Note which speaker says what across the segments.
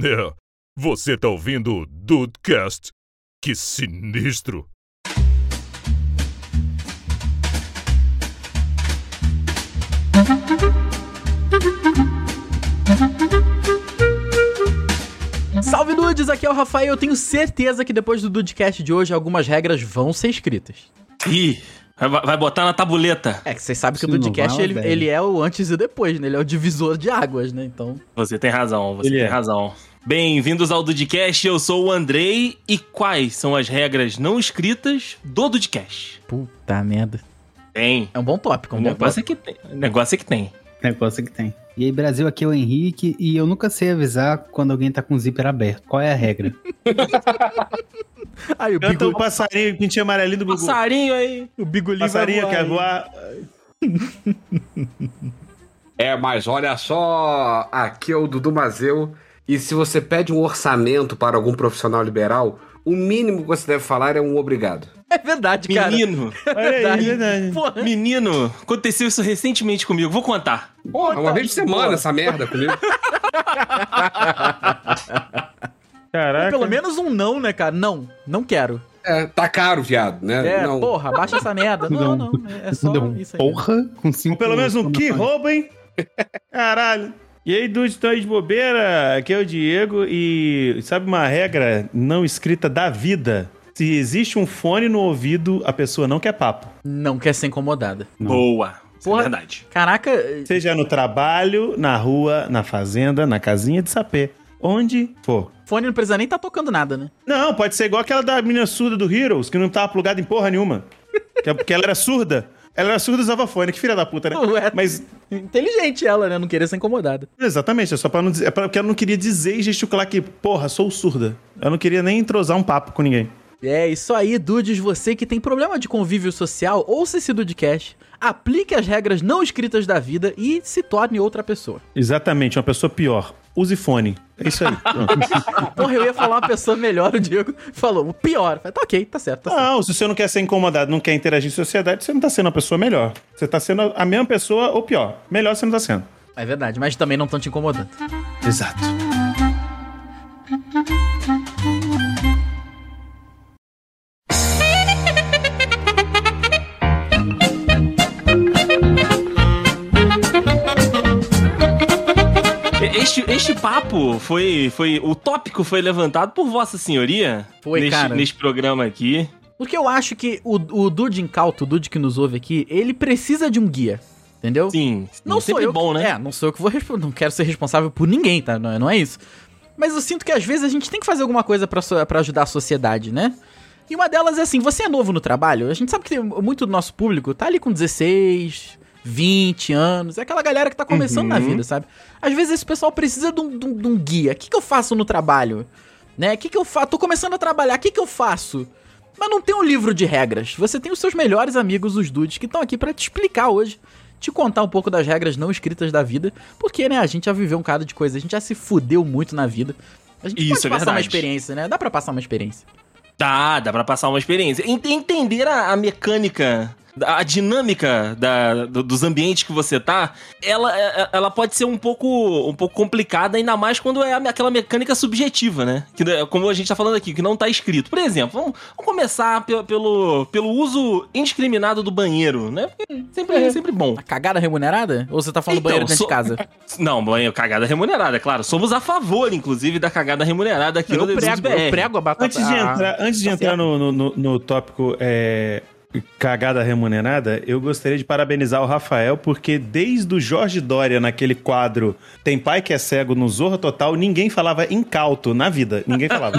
Speaker 1: É, você tá ouvindo o Dudecast? Que sinistro!
Speaker 2: Salve Dudes, aqui é o Rafael. Eu tenho certeza que depois do Dudecast de hoje algumas regras vão ser escritas.
Speaker 3: Ih, vai, vai botar na tabuleta.
Speaker 2: É que vocês sabem que o
Speaker 4: Se não
Speaker 2: Dudecast
Speaker 4: vai,
Speaker 2: ele,
Speaker 4: velho.
Speaker 2: ele é o antes e depois, né? Ele é o divisor de águas, né? Então,
Speaker 3: Você tem razão, você
Speaker 4: Ele
Speaker 3: tem
Speaker 4: é.
Speaker 3: razão. Bem-vindos ao Dudcast, eu sou o Andrei. E quais são as regras não escritas do Dudcast?
Speaker 2: puta merda.
Speaker 3: Tem.
Speaker 2: É um bom tópico, é
Speaker 3: O
Speaker 2: um bom
Speaker 3: negócio
Speaker 2: tópico.
Speaker 3: é que tem. O negócio é que tem.
Speaker 4: Negócio que tem. E aí, Brasil, aqui é o Henrique e eu nunca sei avisar quando alguém tá com o zíper aberto. Qual é a regra?
Speaker 2: Aí o,
Speaker 5: Canta
Speaker 2: bigo,
Speaker 5: o passarinho, um pintinho amarelinho do Gugu.
Speaker 3: Passarinho aí.
Speaker 2: o bigolinho vai
Speaker 5: Passarinho
Speaker 2: voar,
Speaker 5: quer
Speaker 2: hein?
Speaker 5: voar.
Speaker 6: É, mas olha só, aqui é o Dudu Mazeu. E se você pede um orçamento para algum profissional liberal, o mínimo que você deve falar é um obrigado.
Speaker 2: É verdade, cara. É
Speaker 3: Menino,
Speaker 5: Olha aí, é
Speaker 2: Verdade.
Speaker 5: verdade.
Speaker 2: Porra.
Speaker 3: menino, aconteceu isso recentemente comigo, vou contar.
Speaker 6: é
Speaker 5: tá
Speaker 6: uma vez por semana essa merda comigo.
Speaker 5: Caraca.
Speaker 2: Pelo menos um não, né, cara? Não, não quero.
Speaker 6: É, tá caro, viado, né?
Speaker 2: É,
Speaker 6: não.
Speaker 2: porra, baixa essa merda. Não, não,
Speaker 4: Não.
Speaker 2: é só
Speaker 4: Deu um
Speaker 2: isso aí.
Speaker 4: porra com cinco...
Speaker 5: Pelo menos um
Speaker 4: quando tá-
Speaker 5: que
Speaker 4: faz.
Speaker 5: rouba, hein? Caralho. E aí, dudes, estão aí de bobeira? Aqui é o Diego e sabe uma regra não escrita da vida? Se existe um fone no ouvido, a pessoa não quer papo.
Speaker 2: Não quer ser incomodada.
Speaker 4: Não.
Speaker 3: Boa. Isso
Speaker 2: Porra.
Speaker 3: é verdade.
Speaker 2: Caraca,
Speaker 5: Seja no trabalho, na rua, na fazenda, na casinha de sapê. Onde for.
Speaker 2: fone não precisa nem tá tocando nada, né?
Speaker 5: Não, pode ser igual aquela da menina surda do Heroes, que não tava plugada em porra nenhuma. Que é porque ela era surda. Ela era surda e usava fone, que filha da puta, né?
Speaker 2: Ué.
Speaker 5: Mas,
Speaker 2: Inteligente ela, né? Não querer ser incomodada.
Speaker 5: exatamente, é só pra não dizer. É pra- porque ela não queria dizer e gesticular que, porra, sou surda. Ela não queria nem entrosar um papo com ninguém.
Speaker 2: É isso aí, dudes. Você que tem problema de convívio social, ouça esse Dudecast, aplique as regras não escritas da vida e se torne outra pessoa.
Speaker 5: Exatamente, uma pessoa pior. Use fone. É isso aí. Pronto.
Speaker 2: Ah, Porra, eu ia falar uma pessoa melhor, o Diego falou, o pior. Eu Falei, tá ok, tá certo, tá certo.
Speaker 5: não, se você não quer ser incomodado, não quer interagir em sociedade, você não tá sendo uma pessoa melhor. Você tá sendo a mesma pessoa ou pior. Melhor você não tá sendo.
Speaker 2: É verdade, mas também não estão te incomodando.
Speaker 5: Exato.
Speaker 3: E- Este, este papo foi, foi. O tópico foi levantado por Vossa Senhoria.
Speaker 2: Foi,
Speaker 3: neste,
Speaker 2: cara.
Speaker 3: Neste programa aqui.
Speaker 2: Porque eu acho que o, o Dude incauto, o Dude que nos ouve aqui, ele precisa de um guia, entendeu?
Speaker 3: Sim.
Speaker 2: Não sou
Speaker 3: sempre
Speaker 2: eu.
Speaker 3: bom,
Speaker 2: que-
Speaker 3: né?
Speaker 2: É, não sou eu que vou responder. Não quero ser responsável por ninguém, tá? Não é, não é isso. Mas eu sinto que às vezes a gente tem que fazer alguma coisa pra so- pra ajudar a sociedade, né? E uma delas é assim: você é novo no trabalho? A gente sabe que tem muito do nosso público tá ali com 16, 20 anos. É aquela galera que tá começando na
Speaker 3: Uhum.
Speaker 2: vida, sabe? Às vezes esse pessoal precisa de um, de um- de um guia. O que, que eu faço no trabalho? Né? O que, que eu faço? Tô começando a trabalhar. O que, que eu faço? Mas não tem um livro de regras. Você tem os seus melhores amigos, os dudes, que estão aqui pra te explicar hoje. Te contar um pouco das regras não escritas da vida. Porque, né, a gente já viveu um cara de coisa. A gente já se fudeu muito na vida. A gente
Speaker 3: Isso,
Speaker 2: pode
Speaker 3: é
Speaker 2: passar uma
Speaker 3: verdade.
Speaker 2: experiência, né? Dá pra passar uma experiência.
Speaker 3: Dá, dá pra passar uma experiência. Ent- Entender a, a mecânica, a a dinâmica da- do- dos ambientes que você tá, ela, é- ela pode ser um pouco, um pouco complicada, ainda mais quando é a- aquela mecânica subjetiva, né? Que, né, como a gente tá falando aqui, que não tá escrito. Por exemplo, vamos, vamos começar pe- pelo, pelo uso indiscriminado do banheiro, né? Porque Sempre, é. sempre bom.
Speaker 2: A cagada remunerada? Ou você tá falando
Speaker 3: Então,
Speaker 2: banheiro dentro
Speaker 3: sou-
Speaker 2: de casa?
Speaker 3: Não, banheiro, cagada remunerada, é claro. Somos a favor, inclusive, da cagada remunerada aqui
Speaker 2: Eu
Speaker 3: no Desenhos
Speaker 2: prego, eu
Speaker 3: BR.
Speaker 2: prego a batata.
Speaker 5: é Antes de
Speaker 2: a-
Speaker 5: entrar, antes de
Speaker 2: tá
Speaker 5: entrar
Speaker 2: certo.
Speaker 5: no, no- no- no tópico é, cagada remunerada, eu gostaria de parabenizar o Rafael, porque desde o Jorge Dória, naquele quadro Tem Pai que é Cego no Zorra Total, ninguém falava incauto na vida. Ninguém falava.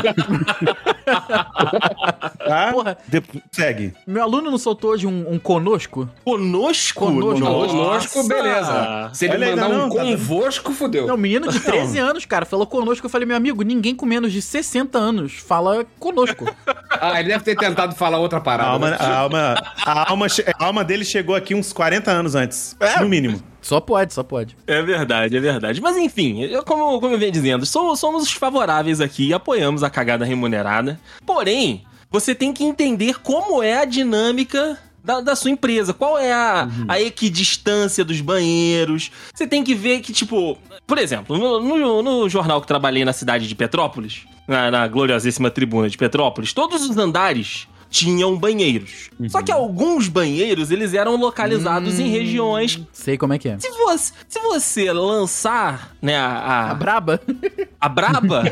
Speaker 5: tá?
Speaker 2: Porra.
Speaker 5: De- segue.
Speaker 2: Meu aluno não soltou hoje um, um conosco?
Speaker 3: Conosco?
Speaker 2: Conosco.
Speaker 6: Conosco,
Speaker 3: Nossa.
Speaker 6: beleza. Se ele
Speaker 5: Olha aí,
Speaker 6: mandar
Speaker 5: não,
Speaker 6: um
Speaker 5: não, tá dando-
Speaker 6: convosco, fudeu.
Speaker 2: Não, um menino de 13 anos, cara, falou conosco. Eu falei, meu amigo, ninguém com menos de 60 anos fala conosco.
Speaker 6: Ah, ele deve ter tentado falar outra
Speaker 5: A
Speaker 6: parada.
Speaker 5: alma,
Speaker 6: né?
Speaker 5: a, alma, a, alma, che- a alma dele chegou aqui uns 40 anos antes, no mínimo.
Speaker 2: Só pode, só pode.
Speaker 3: É verdade, é verdade. Mas enfim, eu, como, como eu venho dizendo, sou- somos os favoráveis aqui e apoiamos a cagada remunerada. Porém, você tem que entender como é a dinâmica da, da sua empresa. Qual é a, a equidistância dos banheiros? Você tem que ver que, tipo, por exemplo, no, no- no jornal que trabalhei na cidade de Petrópolis, na, na gloriosíssima tribuna de Petrópolis, todos os andares tinham banheiros. Só que alguns banheiros, eles eram localizados em regiões
Speaker 2: Sei como é que é.
Speaker 3: se você, se você lançar né, a,
Speaker 2: A
Speaker 3: a,
Speaker 2: Tá braba?
Speaker 3: a braba,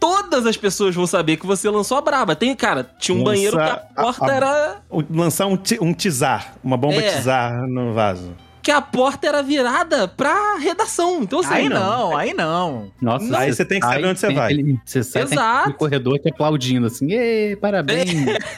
Speaker 3: todas as pessoas vão saber que você lançou a braba. Tem, cara, tinha um
Speaker 5: Lançar
Speaker 3: banheiro que a
Speaker 5: a-
Speaker 3: porta
Speaker 5: a-
Speaker 3: era.
Speaker 5: O- Lançar um, ti- um tizar, uma bomba
Speaker 3: É.
Speaker 5: tizar no vaso.
Speaker 3: Que a porta era virada pra redação. Então, assim,
Speaker 2: Aí não, aí não.
Speaker 4: Nossa,
Speaker 5: Aí você tem que saber onde você
Speaker 4: tem
Speaker 5: vai.
Speaker 4: aquele- você sai
Speaker 3: Exato.
Speaker 4: no corredor te aplaudindo, assim, Ê, parabéns.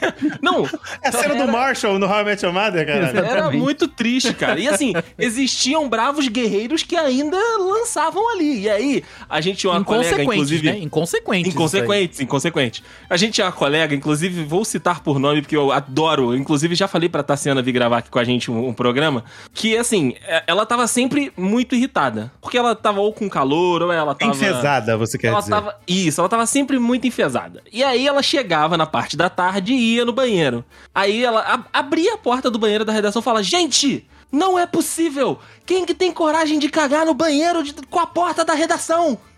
Speaker 3: Não,
Speaker 5: É a cena do Marshall no How I Met Your Mother, caralho.
Speaker 3: era
Speaker 4: Exatamente.
Speaker 3: muito triste, cara. E assim, existiam bravos guerreiros que ainda lançavam ali. E aí, a gente tinha uma colega,
Speaker 2: Inconsequentes,
Speaker 3: inclusive.
Speaker 2: né? Inconsequentes.
Speaker 3: Inconsequentes, inconsequentes. A gente tinha uma colega, inclusive, vou citar por nome, porque eu adoro. Inclusive, já falei pra Tassiana vir gravar aqui com a gente um, um programa. Que, assim, é- ela tava sempre muito irritada. Porque ela tava ou com calor, ou ela tava...
Speaker 5: Enfesada, você quer
Speaker 3: Ela
Speaker 5: dizer.
Speaker 3: tava, isso, ela tava sempre muito enfesada. E aí ela chegava na parte da tarde e ia no banheiro. Aí ela ab- abria a porta do banheiro da redação e fala: Gente, não é possível! Quem que tem coragem de cagar no banheiro de- com a porta da redação?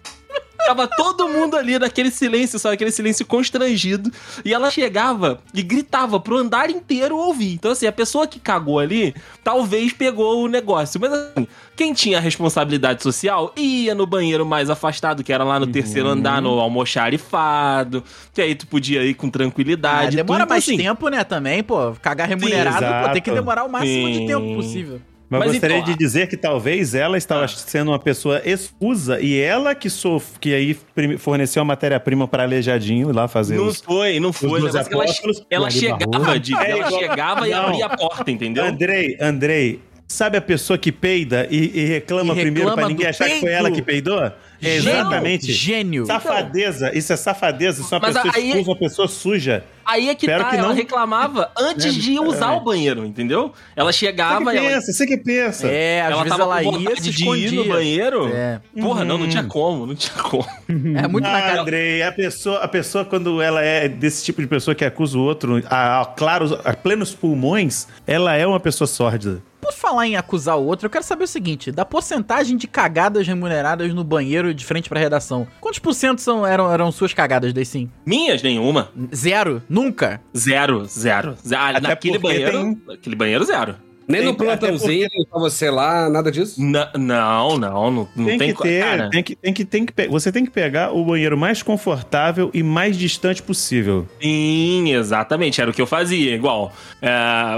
Speaker 3: Tava todo mundo ali naquele silêncio, só aquele silêncio constrangido. E ela chegava e gritava pro andar inteiro ouvir. Então, assim, a pessoa que cagou ali talvez pegou o negócio. Mas, assim, quem tinha a responsabilidade social ia no banheiro mais afastado, que era lá no terceiro
Speaker 2: Uhum.
Speaker 3: andar, no almoxarifado. Que aí tu podia ir com
Speaker 2: Ah,
Speaker 3: tranquilidade. e
Speaker 2: demora
Speaker 3: tudo. Então,
Speaker 2: mais
Speaker 3: assim,
Speaker 2: tempo, né, também, pô. Cagar remunerado, pô, tem que
Speaker 5: exato.
Speaker 2: demorar o máximo de
Speaker 3: Sim.
Speaker 2: tempo possível.
Speaker 5: Mas,
Speaker 3: Mas
Speaker 5: gostaria
Speaker 3: então,
Speaker 5: de dizer que talvez ela estava
Speaker 3: Ah.
Speaker 5: sendo uma pessoa escusa e ela que sof... que aí prime- forneceu a matéria-prima para Aleijadinho ir lá fazer
Speaker 3: Não
Speaker 5: os...
Speaker 3: foi, não foi.
Speaker 5: doze
Speaker 3: né? Mas Ela,
Speaker 5: apóstolos,
Speaker 3: ela
Speaker 4: Maria
Speaker 3: chegava,
Speaker 4: Barroso.
Speaker 3: de, ela chegava e
Speaker 5: Não.
Speaker 3: abria a porta, entendeu?
Speaker 2: É,
Speaker 5: Andrei, Andrei, sabe a pessoa que peida e, e reclama
Speaker 2: E
Speaker 5: primeiro
Speaker 2: reclama
Speaker 5: para ninguém
Speaker 2: do
Speaker 5: achar que foi
Speaker 2: peito.
Speaker 5: ela que peidou? É
Speaker 2: Gênio,
Speaker 5: exatamente.
Speaker 2: Gênio.
Speaker 5: Safadeza, isso é safadeza, isso é uma
Speaker 3: Mas
Speaker 5: pessoa
Speaker 3: aí-
Speaker 5: escusa, uma pessoa suja.
Speaker 3: Aí é que
Speaker 5: Espero
Speaker 3: tá,
Speaker 5: que
Speaker 3: ela
Speaker 5: não.
Speaker 3: reclamava antes
Speaker 2: É,
Speaker 3: de usar o banheiro, entendeu? Ela
Speaker 5: Você
Speaker 3: chegava
Speaker 5: que
Speaker 3: e Ah, ela,
Speaker 5: pensa, você que pensa.
Speaker 2: É, às
Speaker 3: ela
Speaker 2: vezes
Speaker 3: tava
Speaker 2: ela
Speaker 3: com
Speaker 2: ia
Speaker 3: vontade
Speaker 2: se
Speaker 3: de ir no
Speaker 2: escondia.
Speaker 3: banheiro.
Speaker 2: É.
Speaker 3: Porra, não, não tinha como, não tinha como.
Speaker 2: É muito na
Speaker 5: Ah,
Speaker 2: cara.
Speaker 5: Andrei, a pessoa, a pessoa, quando ela é desse tipo de pessoa que acusa o outro, a, a- claro, a plenos pulmões, ela é uma pessoa sórdida.
Speaker 2: Por falar em acusar o outro, eu quero saber o seguinte: da porcentagem de cagadas remuneradas no banheiro de frente pra redação, quantos por cento são, eram, eram suas cagadas, daí sim?
Speaker 3: Minhas, nenhuma.
Speaker 2: Zero? Nunca?
Speaker 3: Zero, zero. Ze- ah,
Speaker 5: Até
Speaker 3: naquele
Speaker 5: porque
Speaker 3: banheiro. Aquele banheiro, zero.
Speaker 6: Nem no
Speaker 5: Tem-
Speaker 6: plantãozinho, pra você lá, nada disso.
Speaker 3: Na- não, não, não, não
Speaker 5: Tem,
Speaker 3: tem,
Speaker 5: que
Speaker 3: co-
Speaker 5: ter,
Speaker 3: cara,
Speaker 5: tem que, tem que, tem que, pe- você tem que pegar o banheiro mais confortável e mais distante possível.
Speaker 3: Sim, exatamente. Era o que eu fazia. Igual, é,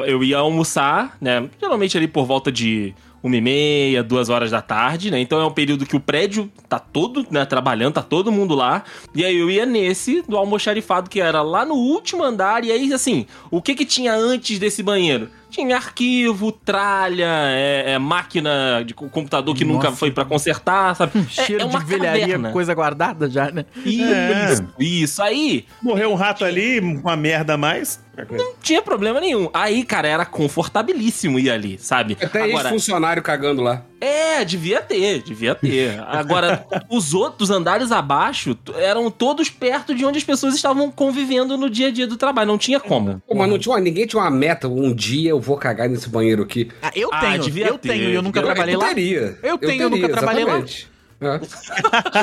Speaker 3: eu ia almoçar, né? Geralmente ali por volta de uma e meia, duas horas da tarde, né? Então é um período que o prédio tá todo, né, trabalhando, tá todo mundo lá. E aí eu ia nesse do almoxarifado, que era lá no último andar. E aí, assim, o que que tinha antes desse banheiro? Tinha arquivo, tralha, é, é, máquina de co- computador que nunca
Speaker 2: Nossa.
Speaker 3: foi pra consertar, sabe? É-
Speaker 2: Cheiro
Speaker 3: é uma
Speaker 2: de velharia,
Speaker 3: caverna.
Speaker 2: coisa guardada já, né?
Speaker 3: Isso, isso. Aí,
Speaker 5: Morreu um rato ali, uma merda a mais.
Speaker 3: não tinha problema nenhum. Aí, cara, era confortabilíssimo ir ali, sabe?
Speaker 6: Até
Speaker 3: Agora,
Speaker 6: ex-funcionário cagando lá.
Speaker 3: é, devia ter, devia ter. Agora, os outros andares abaixo t- eram todos perto de onde as pessoas estavam convivendo no dia a dia do trabalho. Não tinha como.
Speaker 6: Pô, mas não tinha uma- ninguém tinha uma meta, um dia eu vou cagar nesse banheiro aqui.
Speaker 2: Ah, eu
Speaker 3: Ah,
Speaker 2: tenho,
Speaker 3: devia
Speaker 2: eu
Speaker 3: ter,
Speaker 2: tenho, e eu nunca
Speaker 3: devia-
Speaker 2: trabalhei
Speaker 6: eu
Speaker 2: lá.
Speaker 6: Teria.
Speaker 2: Eu tenho, eu nunca trabalhei lá.
Speaker 6: lá.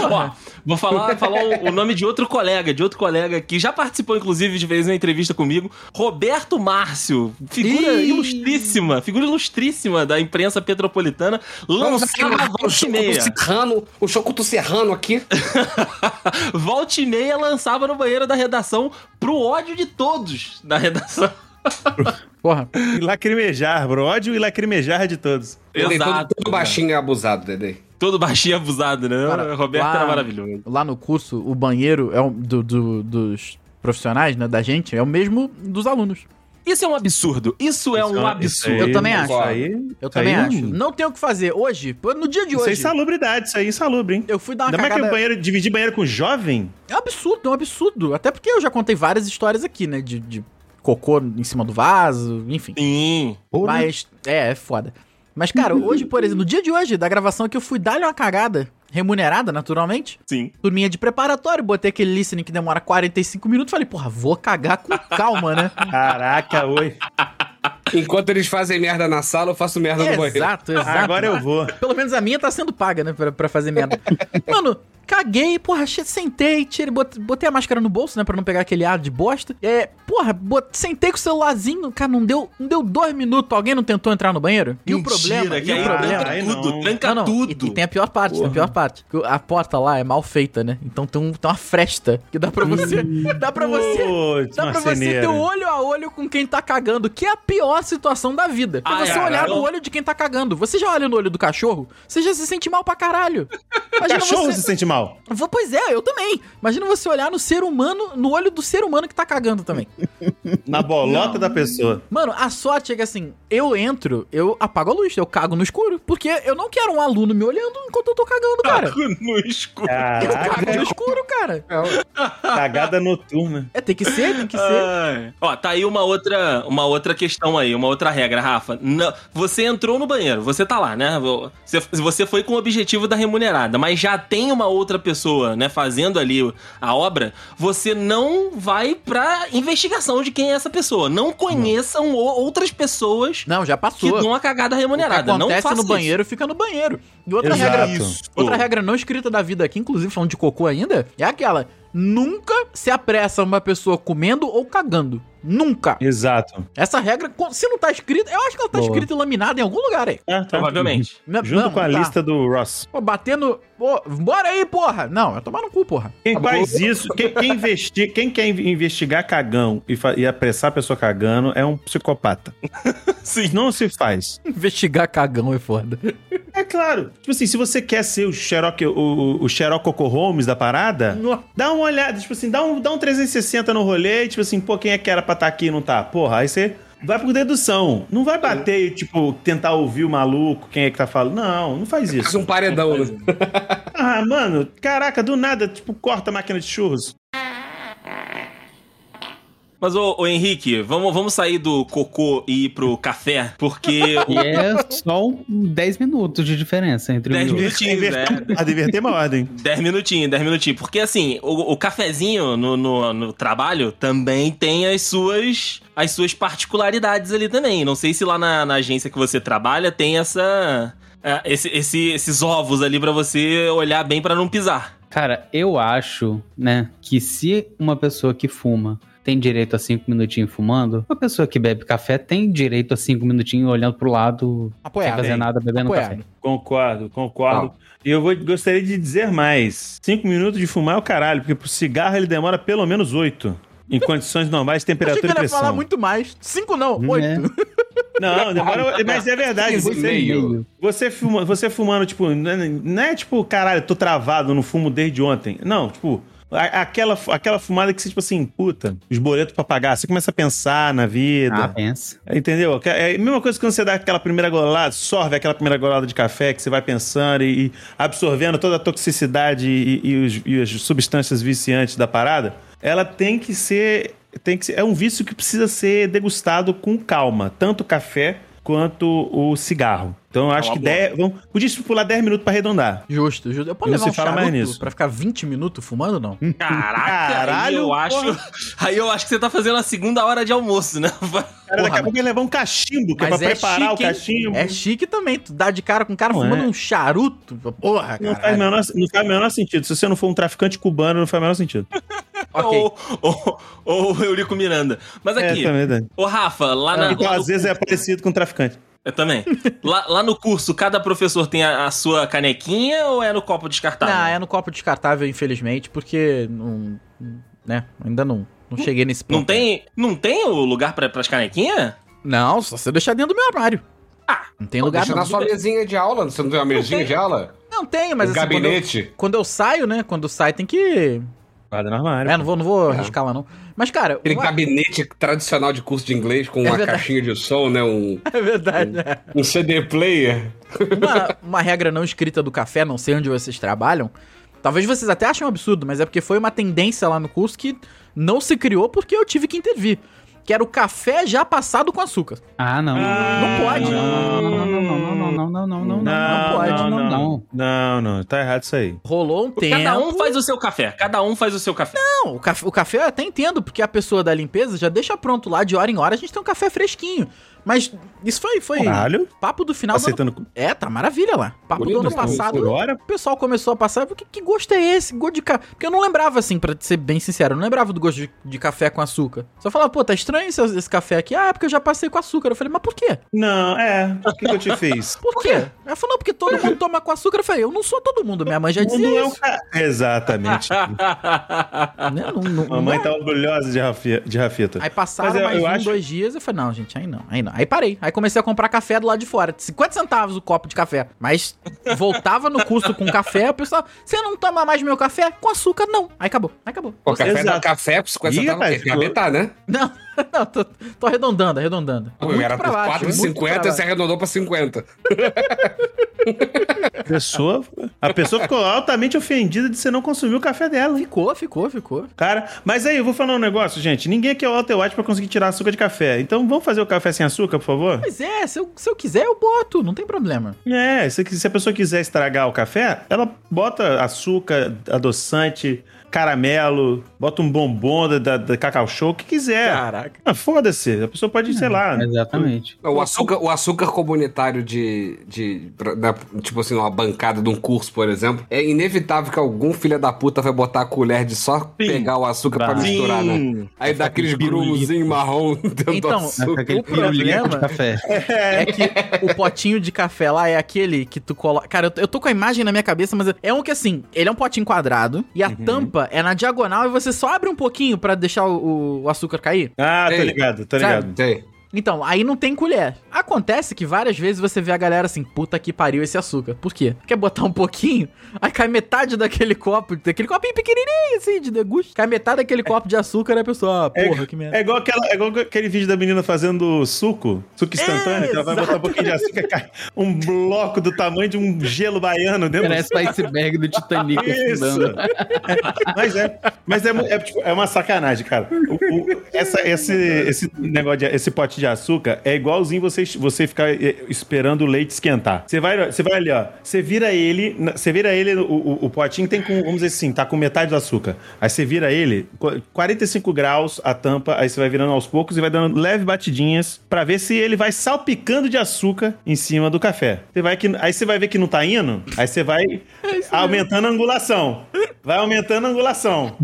Speaker 3: Ó, vou falar, falar o, o nome de outro colega, de outro colega que já participou, inclusive, de vez em uma entrevista comigo, Roberto Márcio, figura
Speaker 2: Ih.
Speaker 3: ilustríssima, figura ilustríssima da imprensa petropolitana,
Speaker 6: Vamos
Speaker 3: lançava
Speaker 6: aqui, o
Speaker 3: volta e meia.
Speaker 6: Chocuto Serrano, o Chocuto Serrano aqui.
Speaker 3: Volta e meia lançava no banheiro da redação pro ódio de todos da redação.
Speaker 2: Porra,
Speaker 5: E lacrimejar, bro. Ódio e lacrimejar de todos.
Speaker 6: Dedê, todo,
Speaker 3: Exato,
Speaker 6: todo
Speaker 3: cara.
Speaker 6: baixinho é abusado, Dedê.
Speaker 3: Todo baixinho abusado, né?
Speaker 2: Cara,
Speaker 3: O Roberto
Speaker 2: lá-
Speaker 3: era maravilhoso.
Speaker 2: lá no curso, o banheiro é o, do- do- dos profissionais, né, da gente, é o mesmo dos alunos.
Speaker 3: Isso é um absurdo. Isso é um
Speaker 5: Isso aí-
Speaker 3: absurdo.
Speaker 2: Eu também acho.
Speaker 5: Isso aí,
Speaker 2: Eu também
Speaker 5: aí é um-
Speaker 2: acho. Não tem o que fazer. Hoje, pô, no dia de
Speaker 5: Isso é
Speaker 2: hoje,
Speaker 5: insalubridade, isso aí é insalubre, hein?
Speaker 2: eu fui dar uma
Speaker 5: Ainda mais que
Speaker 2: cagada...
Speaker 5: o banheiro, dividir banheiro com jovem,
Speaker 2: É um absurdo, é um absurdo. Até porque eu já contei várias histórias aqui, né? De, de cocô em cima do vaso, enfim.
Speaker 3: Sim.
Speaker 2: Mas, é, é foda. Mas, cara, hoje, por exemplo, no dia de hoje, da gravação que eu fui dar-lhe uma cagada, remunerada, naturalmente,
Speaker 3: Sim.
Speaker 2: turminha de preparatório, botei aquele listening que demora 45 minutos, falei, porra, vou cagar com calma, né?
Speaker 5: Caraca, oi.
Speaker 6: Enquanto eles fazem merda na sala, eu faço merda no banheiro.
Speaker 2: Exato, exato.
Speaker 5: Ah, Agora eu vou.
Speaker 2: Pelo menos a minha tá sendo paga, né? Pra, pra fazer merda. Mano, caguei, porra, che- sentei, tirei, bot- botei a máscara no bolso, né? Pra não pegar aquele ar de bosta. É, porra, bot- sentei com o celularzinho, cara, não deu, não deu dois minutos. Alguém não tentou entrar no banheiro? E o problema?
Speaker 3: é que
Speaker 2: e
Speaker 3: aí
Speaker 2: o é um problema?
Speaker 3: tranca
Speaker 5: Aí
Speaker 3: tudo,
Speaker 5: não.
Speaker 3: tranca
Speaker 2: Não, não, e-
Speaker 3: tudo.
Speaker 2: E, tem a pior parte, tem a pior parte. Que A porta lá é mal feita, né? Então tem, um- tem uma fresta que dá pra você. dá pra você.
Speaker 5: Putz,
Speaker 2: Dá pra você ter
Speaker 5: marceneiro.
Speaker 2: o olho a olho com quem tá cagando, que é a pior situação da vida. É
Speaker 3: Ai,
Speaker 2: você
Speaker 3: ai,
Speaker 2: olhar
Speaker 3: ai,
Speaker 2: no
Speaker 3: eu-
Speaker 2: olho de quem tá cagando. Você já olha no olho do cachorro, você já se sente mal pra caralho. Imagina
Speaker 5: Cachorro
Speaker 2: você...
Speaker 5: se sente mal.
Speaker 2: Vou- Pois é, eu também. Imagina você olhar no ser humano, no olho do ser humano que tá cagando também.
Speaker 5: Na bolota da pessoa.
Speaker 2: Mano, a sorte é que assim, eu entro, eu apago a luz, eu cago no escuro, porque eu não quero um aluno me olhando enquanto eu tô cagando, cara.
Speaker 3: no escuro.
Speaker 2: Eu cago no
Speaker 5: Caraca,
Speaker 2: escuro, cara.
Speaker 5: cagada noturna.
Speaker 2: É, tem que ser, tem que
Speaker 3: Ah.
Speaker 2: ser.
Speaker 3: Ai. Ó, tá aí uma outra, uma outra questão aí, uma outra regra, Rafa. Não- você entrou no banheiro, você tá lá, né? Você, você foi com o objetivo da remunerada, mas já tem uma outra pessoa, né, fazendo ali a obra, você não vai pra investigação de quem é essa pessoa. Não conheçam o- outras pessoas
Speaker 2: Não, já
Speaker 3: que
Speaker 2: passou.
Speaker 3: dão a cagada remunerada.
Speaker 2: O que
Speaker 3: não
Speaker 2: acontece
Speaker 3: faça
Speaker 2: no
Speaker 3: isso.
Speaker 2: banheiro, fica no banheiro. E outra
Speaker 5: Exato.
Speaker 2: regra,
Speaker 5: Isso.
Speaker 2: outra regra não escrita da vida aqui, inclusive falando de cocô ainda, é aquela: nunca se apressa uma pessoa comendo ou cagando. Nunca.
Speaker 5: Exato.
Speaker 2: Essa regra, co- se não tá escrita, eu acho que ela tá
Speaker 4: Boa.
Speaker 2: escrita e laminada em algum lugar aí.
Speaker 5: Ah, tá.
Speaker 3: Provavelmente.
Speaker 2: Não-
Speaker 5: Junto
Speaker 2: não,
Speaker 5: com a
Speaker 2: tá.
Speaker 5: lista do Ross.
Speaker 2: Pô, batendo. Pô, bora aí, porra! Não, é tomar no cu, porra.
Speaker 5: Quem faz isso, quem, quem investi- quem quer in- investigar cagão e, fa- e apressar a pessoa cagando é um psicopata.
Speaker 3: Sim.
Speaker 5: Não se faz.
Speaker 2: Investigar cagão é foda.
Speaker 5: É claro. Tipo assim, se você quer ser o Sherlock, o, o, o Sherlock Coco Holmes da parada, dá uma olhada, tipo assim, dá um, dá um 360 no rolê, tipo assim, pô, quem é que era pra estar aqui e não tá? Porra, aí você vai por dedução. Não vai bater e, tipo, tentar ouvir o maluco, quem é que tá falando. Não, não faz
Speaker 6: Faz um
Speaker 5: isso.
Speaker 6: paredão, né?
Speaker 5: Ah, mano, caraca, do nada, tipo, corta a máquina de churros.
Speaker 3: Mas, ô, ô, Henrique, vamos, vamos sair do cocô e ir pro café, porque
Speaker 4: E é só um 10 minutos de diferença entre
Speaker 3: 10
Speaker 4: um e outro.
Speaker 3: minutinhos, né?
Speaker 5: A divertir uma ordem.
Speaker 3: 10 minutinhos, 10 minutinhos. Porque assim, o, o cafezinho no, no, no trabalho também tem as suas as suas particularidades ali também. Não sei se lá na, na agência que você trabalha tem essa. é, esse, esse- esses ovos ali pra você olhar bem pra não pisar.
Speaker 4: Cara, eu acho, né, que se uma pessoa que fuma tem direito a cinco minutinhos fumando, uma pessoa que bebe café tem direito a cinco minutinhos olhando pro lado, sem
Speaker 2: Apoiado.
Speaker 4: fazer nada, bebendo
Speaker 2: Apoiado.
Speaker 4: café.
Speaker 5: Concordo,
Speaker 2: Tá.
Speaker 5: concordo. E eu vou, gostaria de dizer mais. Cinco minutos de fumar é o caralho, porque pro cigarro ele demora pelo menos oito. Em condições normais,
Speaker 2: Achei que
Speaker 5: temperatura
Speaker 2: ele
Speaker 5: e
Speaker 2: ia falar
Speaker 5: pressão. Né?
Speaker 2: muito mais. Cinco não,
Speaker 4: Hum,
Speaker 2: oito.
Speaker 5: Não, demora. Mas é verdade.
Speaker 6: Três e
Speaker 5: Você,
Speaker 6: um meio.
Speaker 4: Meio.
Speaker 5: você, fuma- você fumando, tipo, não é, não é tipo, caralho, tô travado, não fumo desde ontem. Não, tipo, a- aquela, aquela fumada que você, tipo assim, puta, os boletos pra pagar. Você começa a pensar na vida.
Speaker 4: Ah, pensa.
Speaker 5: Entendeu? É a mesma coisa que quando você dá aquela primeira golada, sorve aquela primeira golada de café que você vai pensando e, e absorvendo toda a toxicidade e, e os- e as substâncias viciantes da parada. Ela tem que ser. Tem que ser- é um vício que precisa ser degustado com calma, tanto o café quanto o cigarro. Então eu acho
Speaker 3: uma
Speaker 5: que
Speaker 3: boa.
Speaker 5: 10, vamos, podia pular 10 minutos pra arredondar.
Speaker 2: Justo, justo. Eu posso
Speaker 5: Não
Speaker 2: levar
Speaker 5: se
Speaker 2: um
Speaker 5: fala mais
Speaker 2: charuto
Speaker 5: nisso.
Speaker 2: pra ficar 20 minutos fumando, não?
Speaker 3: Caraca, aí
Speaker 5: Caralho,
Speaker 3: eu
Speaker 5: porra.
Speaker 3: acho. Aí eu acho que você tá fazendo a segunda hora de almoço, né?
Speaker 5: Cara, daqui
Speaker 2: Porra,
Speaker 5: a pouco ele levar um cachimbo, que é pra
Speaker 2: Mas é
Speaker 5: preparar
Speaker 2: chique,
Speaker 5: o
Speaker 2: hein?
Speaker 5: cachimbo.
Speaker 2: É chique também. Tu dá de cara com um cara
Speaker 5: Não
Speaker 2: fumando
Speaker 5: é.
Speaker 2: um charuto. Porra,
Speaker 5: Não faz, o
Speaker 2: cara.
Speaker 5: menor, não faz o menor sentido. Se você não for um traficante cubano, não faz o menor sentido.
Speaker 2: Ok.
Speaker 3: Ou, ou, ou Eurico Miranda. Mas aqui,
Speaker 5: É, também, Dani.
Speaker 3: ô Rafa, lá na.
Speaker 5: Então,
Speaker 3: lá no-
Speaker 5: às vezes é parecido com traficante.
Speaker 3: Eu também. lá, lá no curso, cada professor tem a, a sua canequinha ou é no copo descartável?
Speaker 2: Não, é no copo descartável, infelizmente, porque não. Né? Ainda não. Não cheguei nesse ponto.
Speaker 3: Não tem, não tem o lugar pra, pras canequinhas?
Speaker 2: Não, só você deixar dentro do meu armário.
Speaker 3: Ah,
Speaker 2: não tem lugar
Speaker 6: Deixa
Speaker 2: não.
Speaker 6: na sua mesinha de aula. Você não tem uma mesinha de aula?
Speaker 2: Não tem, mas
Speaker 6: Mas
Speaker 2: assim, quando eu,
Speaker 6: gabinete?
Speaker 2: quando eu saio, né? Quando eu saio tem que.
Speaker 5: Guarda no armário.
Speaker 2: É, não vou, não vou
Speaker 6: É.
Speaker 2: arriscar lá, não. Mas, cara,
Speaker 6: Aquele
Speaker 2: ué,
Speaker 6: gabinete tradicional de curso de inglês com
Speaker 2: É
Speaker 6: uma
Speaker 2: verdade.
Speaker 6: caixinha de som, né? Um,
Speaker 2: é verdade. né?
Speaker 6: um CD player.
Speaker 2: uma, uma regra não escrita do café, não sei onde vocês trabalham. Talvez vocês até achem um absurdo, mas é porque foi uma tendência lá no curso que não se criou porque eu tive que intervir. Que era o café já passado com açúcar.
Speaker 4: Ah, não.
Speaker 2: Não pode.
Speaker 4: Não, não, não, não, não, não, não, não, não, não,
Speaker 5: Não,
Speaker 4: não pode, não, não.
Speaker 5: Não, não, tá errado isso aí.
Speaker 2: Rolou um tempo.
Speaker 3: Cada um faz o seu café. Cada um faz o seu café.
Speaker 2: Não, o café, o café eu até entendo, porque a pessoa da limpeza já deixa pronto lá de hora em hora, a gente tem um café fresquinho. Mas isso foi, foi
Speaker 5: Caralho.
Speaker 2: papo do final do ano...
Speaker 5: Aceitando
Speaker 2: É, tá maravilha lá. Papo
Speaker 6: Bonito,
Speaker 2: do ano
Speaker 6: né?
Speaker 2: passado.
Speaker 5: por hora,
Speaker 2: O pessoal começou a passar, que, que gosto é esse? Gosto de café. Porque eu não lembrava, assim, pra ser bem sincero, eu não lembrava do gosto de, de café com açúcar. Só falava, pô, tá estranho esse, esse café aqui. Ah, é porque eu já passei com açúcar. Eu falei, mas por quê?
Speaker 5: Não, é. O que, que eu te fiz?
Speaker 2: Por, quê? Ela falou, não, porque todo mundo toma com açúcar. Eu falei, eu não sou todo mundo, minha mãe já
Speaker 5: O mundo
Speaker 2: dizia
Speaker 5: é um
Speaker 2: isso.
Speaker 5: ca- Exatamente.
Speaker 2: Né? Não, não, não
Speaker 5: Mamãe
Speaker 2: dá.
Speaker 5: tá orgulhosa de, Rafi... de Rafita.
Speaker 2: Aí passaram
Speaker 5: Mas é, eu-
Speaker 2: mais
Speaker 5: eu
Speaker 2: um,
Speaker 5: acho-
Speaker 2: dois dias, eu falei, não, gente, aí não, aí não. Aí parei. Aí comecei a comprar café do lado de fora. 50 centavos o copo de café. Mas voltava no custo com café, o pessoal, você não toma mais meu café? Com açúcar, não. Aí acabou, aí acabou.
Speaker 6: Pô, café dá
Speaker 5: Exato.
Speaker 6: café com 50
Speaker 5: Ih,
Speaker 6: centavos,
Speaker 5: rapaz,
Speaker 6: tem que
Speaker 5: ficou-
Speaker 6: aumentar, né?
Speaker 2: Não, não, tô, tô arredondando, arredondando.
Speaker 6: Pô,
Speaker 2: Muito
Speaker 6: era
Speaker 2: pra baixo, muito pra
Speaker 6: 4,50 e
Speaker 2: baixo.
Speaker 6: você arredondou pra 50.
Speaker 5: A pessoa, a pessoa ficou altamente ofendida de você não consumir o café dela, hein,
Speaker 2: Ficou, ficou, ficou.
Speaker 5: cara. Mas aí, eu vou falar um negócio, gente. Ninguém aqui é o Walter White pra conseguir tirar açúcar de café. Então vamos fazer o café sem açúcar, por favor?
Speaker 2: Mas é, se eu, se eu quiser, eu boto, não tem problema.
Speaker 5: É, se, se a pessoa quiser estragar o café, ela bota açúcar, adoçante, caramelo, bota um bombom da, da, da Cacau Show, o que quiser.
Speaker 3: Tá.
Speaker 2: Caraca.
Speaker 5: Ah, foda-se. A pessoa pode, sei lá.
Speaker 4: Exatamente.
Speaker 6: O açúcar, o açúcar comunitário de. de pra- da- tipo assim, numa bancada de um curso, por exemplo, é inevitável que algum filho da puta vai botar a colher de só pegar o açúcar pra
Speaker 4: Vai.
Speaker 6: misturar, né?
Speaker 3: Sim.
Speaker 6: Aí dá aqueles grumozinhos marrom dentro
Speaker 2: Então,
Speaker 6: do
Speaker 4: Vai ficar
Speaker 6: açúcar.
Speaker 4: aquele
Speaker 2: O problema-
Speaker 4: pirulito de café.
Speaker 2: É que o potinho de café lá é aquele que tu coloca. Cara, eu tô, eu tô com a imagem na minha cabeça, mas é um que assim, ele é um potinho quadrado e
Speaker 6: Uhum.
Speaker 2: a tampa é na diagonal e você só abre um pouquinho pra deixar o, o açúcar cair.
Speaker 5: Ah, tô
Speaker 6: Ei,
Speaker 5: ligado, tô
Speaker 2: sabe?
Speaker 5: ligado.
Speaker 6: Tem.
Speaker 2: Então, aí não tem colher. Acontece que várias vezes você vê a galera assim, puta que pariu esse açúcar. Por quê? Quer botar um pouquinho, aí cai metade daquele copo, daquele copinho pequenininho assim, de degusto. Cai metade daquele copo de açúcar e a pessoa, ah, porra, que merda.
Speaker 5: É igual, aquela, é igual aquele vídeo da menina fazendo suco, suco instantâneo, que ela vai botar um pouquinho de açúcar, cai um bloco do tamanho de um gelo baiano dentro do
Speaker 4: Parece o iceberg do Titanic
Speaker 5: Isso.
Speaker 4: afundando.
Speaker 5: Mas é, mas é, mu- é, tipo, é uma sacanagem, cara. O- o- essa, esse, esse negócio, de, esse pote de açúcar é igualzinho você, você ficar eh, esperando o leite esquentar. Você vai, você vai ali, ó. Você vira ele, na- você vira ele, o, o- o potinho tem com, vamos dizer assim, tá com metade do açúcar. Aí você vira ele, qu- 45 graus a tampa, aí você vai virando aos poucos e vai dando leve batidinhas pra ver se ele vai salpicando de açúcar em cima do café. Você vai que, aí você vai ver que não tá indo, aí você
Speaker 6: É
Speaker 5: vai aumentando a angulação. Vai aumentando a angulação.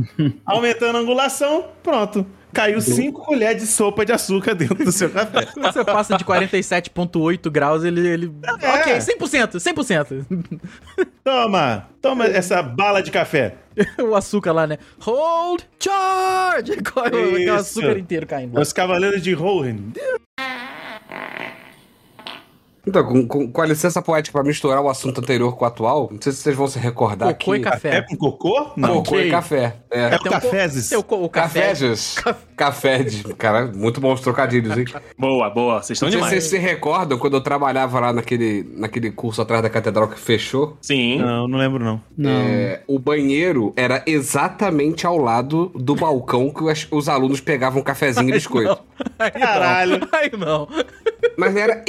Speaker 5: Aumentando a angulação, pronto. Caiu cinco colheres de sopa de açúcar dentro do seu café.
Speaker 2: Quando você passa de 47,8 graus, ele. ele...
Speaker 5: É.
Speaker 2: Ok, 100%, 100%.
Speaker 5: Toma! Toma essa bala de café.
Speaker 2: o açúcar lá, né? Hold charge! Corre o-
Speaker 5: Isso.
Speaker 2: O açúcar inteiro caindo.
Speaker 5: É Os cavaleiros de Rohan.
Speaker 6: Então, com, com- com a licença poética pra misturar o assunto anterior com o atual, não sei se vocês vão se recordar
Speaker 2: Cocô
Speaker 6: que...
Speaker 2: e café.
Speaker 5: É com cocô? Não.
Speaker 6: Cocô e café. É.
Speaker 5: É com cafezes.
Speaker 2: Tem o, Então, co- o café.
Speaker 6: Cafés. Café de. Cara, muito bons trocadilhos, hein?
Speaker 3: Boa, boa. Vocês estão
Speaker 6: Não sei se
Speaker 3: demais.
Speaker 6: vocês se recordam quando eu trabalhava lá naquele, naquele curso atrás da catedral que fechou.
Speaker 3: Sim.
Speaker 5: Não, não lembro não.
Speaker 4: Não.
Speaker 6: é, o banheiro era exatamente ao lado do balcão que as- os alunos pegavam um cafezinho e biscoito.
Speaker 2: Aí não.
Speaker 5: Caralho.
Speaker 2: Aí não.
Speaker 6: Mas era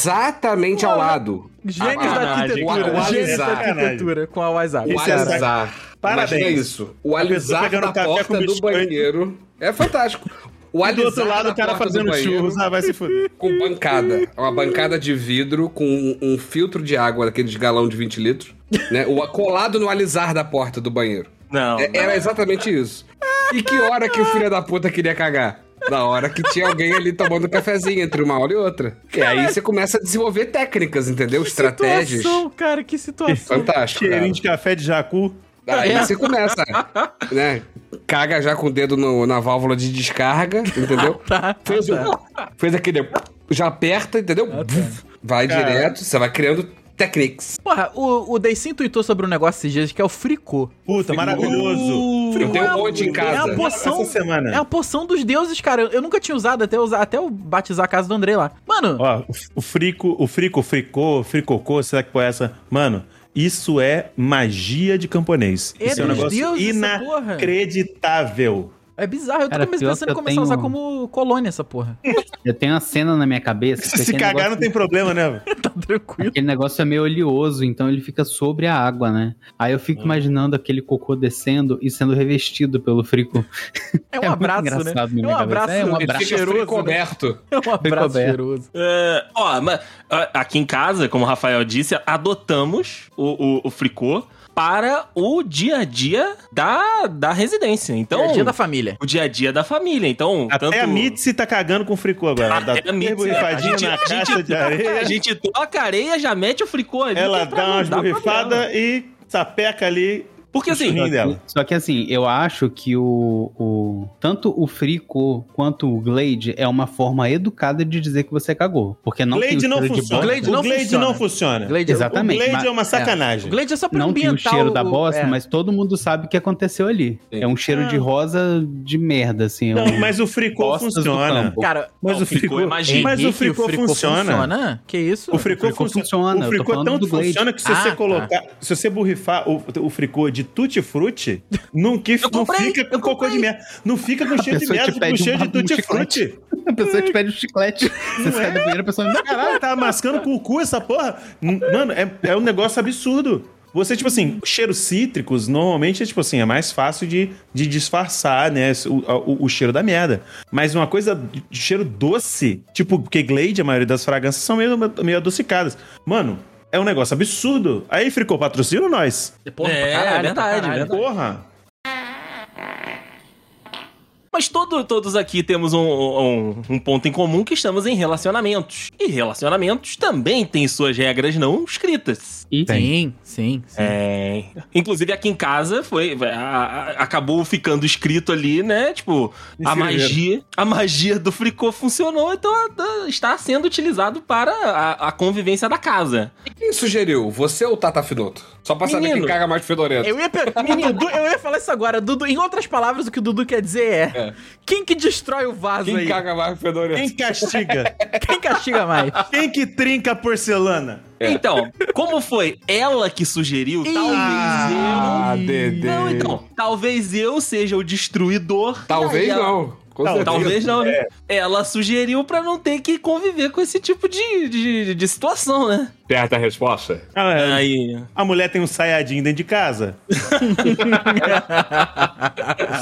Speaker 6: exatamente ao lado.
Speaker 2: Gênios da
Speaker 3: Sacanagem,
Speaker 6: cara.
Speaker 2: arquitetura. Gênios da
Speaker 5: Sacanagem.
Speaker 2: arquitetura com a WhatsApp.
Speaker 6: O
Speaker 5: Isso é
Speaker 2: Cara,
Speaker 5: sacanagem.
Speaker 6: alizar.
Speaker 5: Parabéns.
Speaker 6: Imagina isso. O
Speaker 5: A pessoa
Speaker 6: alisar
Speaker 5: pegando
Speaker 6: da
Speaker 5: café com
Speaker 6: porta do
Speaker 5: biscoito.
Speaker 6: banheiro. É fantástico. O
Speaker 5: E do
Speaker 6: alisar
Speaker 5: outro lado,
Speaker 6: da
Speaker 5: o cara
Speaker 6: porta do
Speaker 5: fazendo
Speaker 6: banheiro
Speaker 5: churros. Ah, vai se fuder.
Speaker 6: Com bancada. É Uma bancada de vidro com um, um filtro de água, daqueles galão de 20 litros. Né? O colado no alisar da porta do banheiro.
Speaker 3: Não.
Speaker 6: É- era exatamente isso. E que hora que o filho da puta queria cagar? Na hora que tinha alguém ali tomando um cafezinho entre uma hora e outra. E aí você começa a desenvolver técnicas, entendeu? Estratégias.
Speaker 2: situação, cara, que situação.
Speaker 6: Fantástico. cara.
Speaker 5: Cheirinho de café de jacu.
Speaker 6: Aí você começa, né? Caga já com o dedo no- na válvula de descarga, entendeu?
Speaker 2: Tá, tá,
Speaker 6: Fez, o-
Speaker 2: tá.
Speaker 6: fez aquele. Já aperta, entendeu? Vai direto, você vai criando técnicas.
Speaker 2: Porra, o, o Deicinho tweetou sobre um negócio esses dias que é o fricô.
Speaker 5: Puta, maravilhoso.
Speaker 6: Eu tenho um
Speaker 2: é-
Speaker 6: monte em casa.
Speaker 2: É a poção.
Speaker 5: Essa semana.
Speaker 2: É a poção dos deuses, cara. Eu nunca tinha usado até, usar, até eu batizar a casa do André lá. Mano,
Speaker 5: Ó, o- o frico, o frico, fricô, fricocô, será que foi essa? Mano, isso é magia de camponês.
Speaker 2: É
Speaker 5: isso é um
Speaker 2: dos
Speaker 5: negócio
Speaker 2: deuses, essa porra.
Speaker 5: inacreditável.
Speaker 2: É bizarro, eu tô
Speaker 4: Cara,
Speaker 2: começando
Speaker 4: pior
Speaker 2: pensando
Speaker 4: que
Speaker 2: em
Speaker 4: eu
Speaker 2: começar a usar
Speaker 4: tenho-
Speaker 2: como colônia essa porra.
Speaker 4: Eu tenho uma cena na minha cabeça. que
Speaker 5: Se
Speaker 4: aquele
Speaker 5: cagar não
Speaker 4: negócio-
Speaker 5: tem problema, né? velho?
Speaker 2: tá tranquilo.
Speaker 4: Aquele negócio é meio oleoso, então ele fica sobre a água, né? Aí eu fico imaginando aquele cocô descendo e sendo revestido pelo frico.
Speaker 2: É um
Speaker 4: muito
Speaker 2: abraço, né?
Speaker 4: engraçado na
Speaker 2: É um
Speaker 4: minha cabeça.
Speaker 2: abraço,
Speaker 4: É um
Speaker 2: ele
Speaker 4: abraço.
Speaker 2: fica cheiroso, né?
Speaker 6: coberto.
Speaker 2: É um abraço
Speaker 4: coberto.
Speaker 2: cheiroso.
Speaker 3: É, ó, mas ah, aqui em casa, como o Rafael disse, adotamos o, o, o fricô para o dia a dia da, da residência. Então,
Speaker 2: Então, dia da família.
Speaker 3: o dia a dia da família. Então,
Speaker 5: Até
Speaker 3: tanto-
Speaker 5: a Mitzi tá cagando com fricô agora.
Speaker 3: Até
Speaker 5: Dá
Speaker 3: a Mitzi,
Speaker 5: uma borrifadinha
Speaker 3: a gente-
Speaker 5: na
Speaker 3: a gente-
Speaker 5: caixa de
Speaker 3: A
Speaker 5: areia.
Speaker 3: gente toca a areia, já mete o fricô ali. que
Speaker 5: É. Ela
Speaker 3: é pra
Speaker 5: dá
Speaker 3: não
Speaker 5: umas
Speaker 3: dar problema.
Speaker 5: borrifadas e sapeca ali.
Speaker 3: Porque
Speaker 5: o
Speaker 3: assim,
Speaker 5: churrinho dela.
Speaker 4: Só que assim, eu acho que o, o- tanto o frico quanto o glade é uma forma educada de dizer que você cagou, porque não
Speaker 5: Glade
Speaker 4: tem o
Speaker 5: não
Speaker 4: cheiro de
Speaker 5: funciona.
Speaker 3: né?
Speaker 4: bosta.
Speaker 2: Glade
Speaker 5: O
Speaker 2: não
Speaker 5: Glade
Speaker 2: funciona.
Speaker 5: não funciona.
Speaker 2: Glade,
Speaker 5: O
Speaker 4: Exatamente. mas-
Speaker 5: Glade é uma
Speaker 2: O,
Speaker 5: sacanagem.
Speaker 2: o Glade é só pra
Speaker 4: Não tem o
Speaker 2: ambientar
Speaker 4: cheiro da bosta,
Speaker 2: é. Ah.
Speaker 4: mas todo mundo sabe que aconteceu ali.
Speaker 6: Sim.
Speaker 4: É um cheiro de rosa de merda, assim.
Speaker 5: Não,
Speaker 4: um-
Speaker 5: mas o fricô
Speaker 4: Bostas do
Speaker 5: funciona.
Speaker 4: campo.
Speaker 2: Cara,
Speaker 5: Mas
Speaker 3: Não,
Speaker 5: o
Speaker 3: fricô
Speaker 5: fricô,
Speaker 3: é magia.
Speaker 5: mas o
Speaker 2: Henrique,
Speaker 5: fricô, funciona.
Speaker 2: Que isso?
Speaker 5: O fricô,
Speaker 4: fricô
Speaker 5: funciona.
Speaker 4: funciona,
Speaker 5: O
Speaker 4: eu tô
Speaker 5: fricô
Speaker 4: falando
Speaker 5: tanto
Speaker 4: do Glade.
Speaker 5: funciona que se
Speaker 2: Ah,
Speaker 5: você
Speaker 2: tá.
Speaker 5: colocar, se você borrifar o, o fricô de tutti-frutti, não, que-
Speaker 3: Eu
Speaker 5: não
Speaker 3: comprei,
Speaker 5: fica com
Speaker 3: eu
Speaker 5: cocô
Speaker 3: comprei.
Speaker 5: de merda. Não fica com cheiro de
Speaker 4: pessoa te
Speaker 5: merda, fica com
Speaker 4: pede um
Speaker 5: cheiro de
Speaker 4: barro, um
Speaker 5: tutti-frutti.
Speaker 4: A pessoa te pede um chiclete. Você
Speaker 5: é.
Speaker 4: sai do banheiro, a pessoa. "Não,
Speaker 5: Caralho, tá mascando com o cu essa porra. N- Mano, é, é um negócio absurdo. Você, tipo assim, cheiros cítricos, normalmente, é tipo assim, é mais fácil de, de disfarçar, né, o, o- o cheiro da merda. Mas uma coisa de cheiro doce, tipo, porque Glade, a maioria das fragrâncias são meio, meio adocicadas. Mano, é um negócio absurdo. Aí, Fricô, patrocina nós.
Speaker 2: Porra,
Speaker 3: É,
Speaker 2: pra caralho,
Speaker 3: é verdade,
Speaker 2: pra caralho.
Speaker 3: verdade.
Speaker 5: Porra.
Speaker 3: Mas todo- todos aqui temos um, um- um ponto em comum que estamos em relacionamentos. E relacionamentos também têm suas regras não escritas.
Speaker 4: E
Speaker 2: Sim, sim. sim.
Speaker 3: É. Inclusive aqui em casa foi. a- a- acabou ficando escrito ali, né? Tipo, a
Speaker 5: Escreveram.
Speaker 3: magia, a magia do fricô funcionou, então a- a- está sendo utilizado para a, a convivência da casa.
Speaker 6: Quem sugeriu? Você ou o Tata Finoto? Só pra saber
Speaker 3: Menino.
Speaker 6: quem caga mais fedorento.
Speaker 2: Eu ia, per- Menino, Dudu, eu ia falar isso agora. Dudu, em outras palavras, o que o Dudu quer dizer é:
Speaker 6: É.
Speaker 2: quem que destrói o vaso
Speaker 6: Quem
Speaker 2: aí?
Speaker 6: caga mais fedorento?
Speaker 5: Quem castiga?
Speaker 2: Quem castiga mais?
Speaker 5: Quem que trinca a porcelana?
Speaker 6: É.
Speaker 3: Então, como foi ela que sugeriu, talvez eu.
Speaker 6: Ah, Dedê.
Speaker 3: Não, então, talvez eu seja o destruidor.
Speaker 6: Talvez
Speaker 3: E aí ela-
Speaker 6: não. Com
Speaker 5: Não,
Speaker 6: certeza.
Speaker 3: Talvez não, né? Ela sugeriu pra não ter que conviver com esse tipo de, de, de situação, né?
Speaker 6: Certa resposta.
Speaker 5: Ah, é.
Speaker 3: Aí.
Speaker 5: A mulher tem um saiadinho dentro de casa.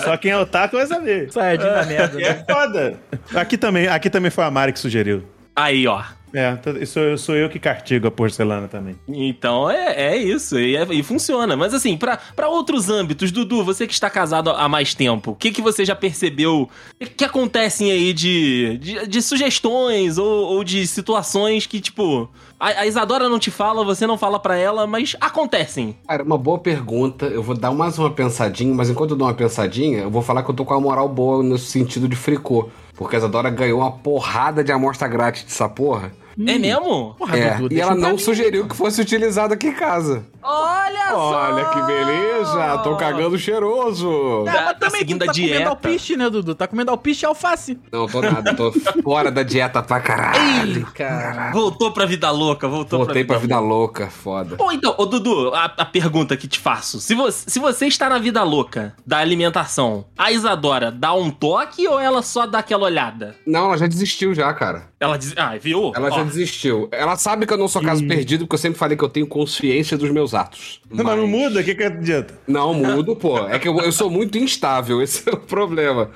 Speaker 5: Só quem é otaku vai saber.
Speaker 2: Saiadinho da merda, né?
Speaker 5: É foda. Aqui também, aqui também foi a Mari que sugeriu.
Speaker 3: Aí, ó.
Speaker 5: É, tô- sou, eu- sou eu que cartigo a porcelana também.
Speaker 3: Então é, é isso, e, é- e funciona. Mas assim, pra pra outros âmbitos, Dudu, você que está casado há mais tempo, o que, que você já percebeu? O que acontecem aí de, de, de sugestões ou, ou de situações que, tipo, a, a Isadora não te fala, você não fala pra ela, mas acontecem.
Speaker 6: Cara, uma boa pergunta. Eu vou dar mais uma pensadinha, mas enquanto eu dou uma pensadinha, eu vou falar que eu tô com uma moral boa no sentido de fricô. Porque a Isadora ganhou uma porrada de amostra grátis dessa porra.
Speaker 3: É mesmo?
Speaker 2: Porra,
Speaker 6: é,
Speaker 2: Dudu,
Speaker 6: e
Speaker 2: deixa
Speaker 6: ela
Speaker 2: pra
Speaker 6: não
Speaker 2: mim.
Speaker 6: sugeriu que fosse utilizado aqui em casa.
Speaker 3: Olha só!
Speaker 6: Olha que beleza, tô cagando cheiroso.
Speaker 2: Ah,
Speaker 3: Tá-
Speaker 2: mas
Speaker 3: tá
Speaker 2: também tu
Speaker 3: seguindo a
Speaker 2: tá comendo
Speaker 3: dieta.
Speaker 2: alpiste, né, Dudu? Tá comendo alpiste e alface.
Speaker 6: Não, tô nada, tô fora da dieta pra caralho.
Speaker 2: cara.
Speaker 3: Voltou pra vida louca, voltou
Speaker 6: Voltei pra
Speaker 3: pra vida
Speaker 6: vida louca, foda.
Speaker 3: Bom, então, ô Dudu, a, a pergunta que te faço. Se você, se você está na vida louca da alimentação, a Isadora dá um toque ou ela só dá aquela olhada?
Speaker 6: Não, ela já desistiu já, cara.
Speaker 3: Ela diz. Ah, viu?
Speaker 6: Ela já
Speaker 3: Ó,
Speaker 6: desistiu. Ela sabe que eu não sou caso perdido, porque eu sempre falei que eu tenho consciência dos meus atos.
Speaker 5: Mas, não muda? O que, que adianta?
Speaker 6: Não mudo, pô. É que eu, eu sou muito instável, esse é o problema.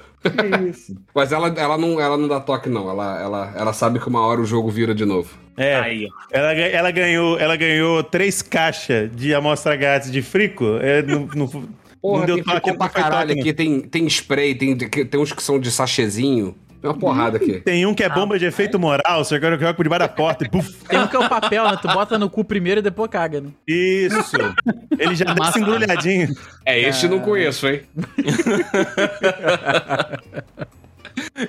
Speaker 6: Mas ela, ela, não, ela não dá toque, não. Ela, ela, ela sabe que uma hora o jogo vira de novo.
Speaker 5: É,
Speaker 3: Aí, ó.
Speaker 5: ela, ga- ela ganhou, ela ganhou três caixas de amostra grátis de frico. É, não, não, não deu
Speaker 6: tem
Speaker 5: toque,
Speaker 6: ficou
Speaker 5: não
Speaker 6: pra
Speaker 5: foi
Speaker 6: caralho
Speaker 5: toque, não.
Speaker 6: aqui. Tem, tem spray, tem, tem uns que são de sachêzinho. Tem uma porrada aqui.
Speaker 5: Tem um que é bomba de efeito moral, você joga por debaixo da porta e buf.
Speaker 2: Tem um que é o papel, né? Tu bota no cu primeiro e depois caga, né?
Speaker 5: Isso. Ele já desce embrulhadinho.
Speaker 6: É, este eu não conheço, hein?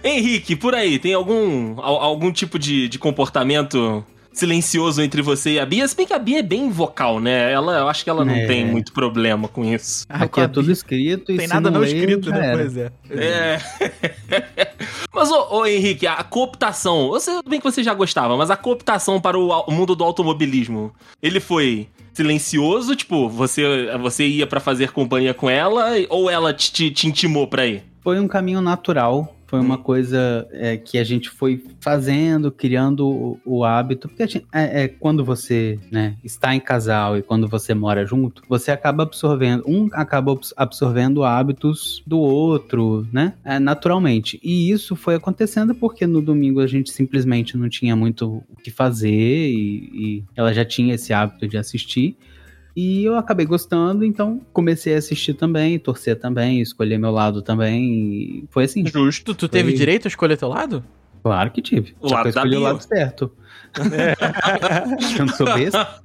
Speaker 3: Henrique, por aí, tem algum, al- algum tipo de, de comportamento silencioso entre você e a Bia? Se bem que a Bia é bem vocal, né? Ela, eu acho que ela não
Speaker 4: É.
Speaker 3: tem muito problema com isso.
Speaker 4: Aqui é tudo escrito e
Speaker 2: Tem
Speaker 4: se
Speaker 2: nada não
Speaker 4: ler,
Speaker 2: escrito,
Speaker 4: já
Speaker 2: né?
Speaker 4: era.
Speaker 2: Pois é.
Speaker 3: É. mas, ô, ô, Henrique, a cooptação. Eu sei bem que você já gostava, mas a cooptação para o au- mundo do automobilismo. Ele foi silencioso? Tipo, você, você ia pra fazer companhia com ela? Ou ela te, te, te intimou pra ir?
Speaker 4: foi um caminho natural. Foi uma coisa é, que a gente foi fazendo, criando o, o hábito. Porque a gente- é, é, quando você né, está em casal e quando você mora junto, você acaba absorvendo. Um acaba abs- absorvendo hábitos do outro, né? é, naturalmente. E isso foi acontecendo porque no domingo a gente simplesmente não tinha muito o que fazer e- e ela já tinha esse hábito de assistir. E eu acabei gostando, então comecei a assistir também, torcer também, escolher meu lado também. E foi assim.
Speaker 3: Justo.
Speaker 2: Tu, tu teve
Speaker 4: Foi.
Speaker 2: direito a escolher teu lado?
Speaker 4: Claro que tive.
Speaker 3: O
Speaker 4: Só que
Speaker 3: lado
Speaker 4: eu
Speaker 3: da
Speaker 4: escolhi o
Speaker 3: Bia.
Speaker 4: lado certo. eu não sou besta.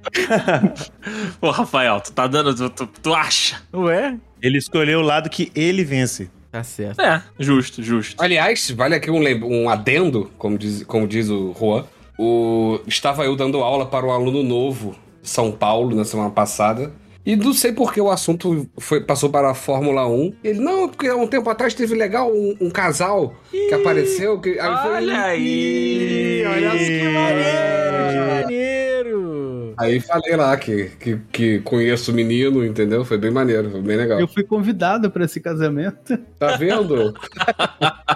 Speaker 3: Ô, Rafael, tu tá dando. Tu, tu- tu acha?
Speaker 2: Ué?
Speaker 5: Ele escolheu o lado que ele vence.
Speaker 2: Tá certo.
Speaker 3: É, justo, justo.
Speaker 6: Aliás, vale aqui um, lem- um adendo, como diz, como diz o Juan. O- estava eu dando aula para um aluno novo de São Paulo na semana passada. E não sei por que o assunto foi- passou para a Fórmula 1. Ele, não, porque há um tempo atrás teve legal um, um casal que apareceu. Que, aí eu falei,
Speaker 3: Olha aí!
Speaker 6: "Ih, olha só que maneiro, que
Speaker 2: Ah, maneiro!
Speaker 6: Aí falei lá que, que, que conheço o menino, entendeu? Foi bem maneiro, foi bem legal.
Speaker 4: Eu fui convidado pra esse casamento.
Speaker 6: Tá vendo?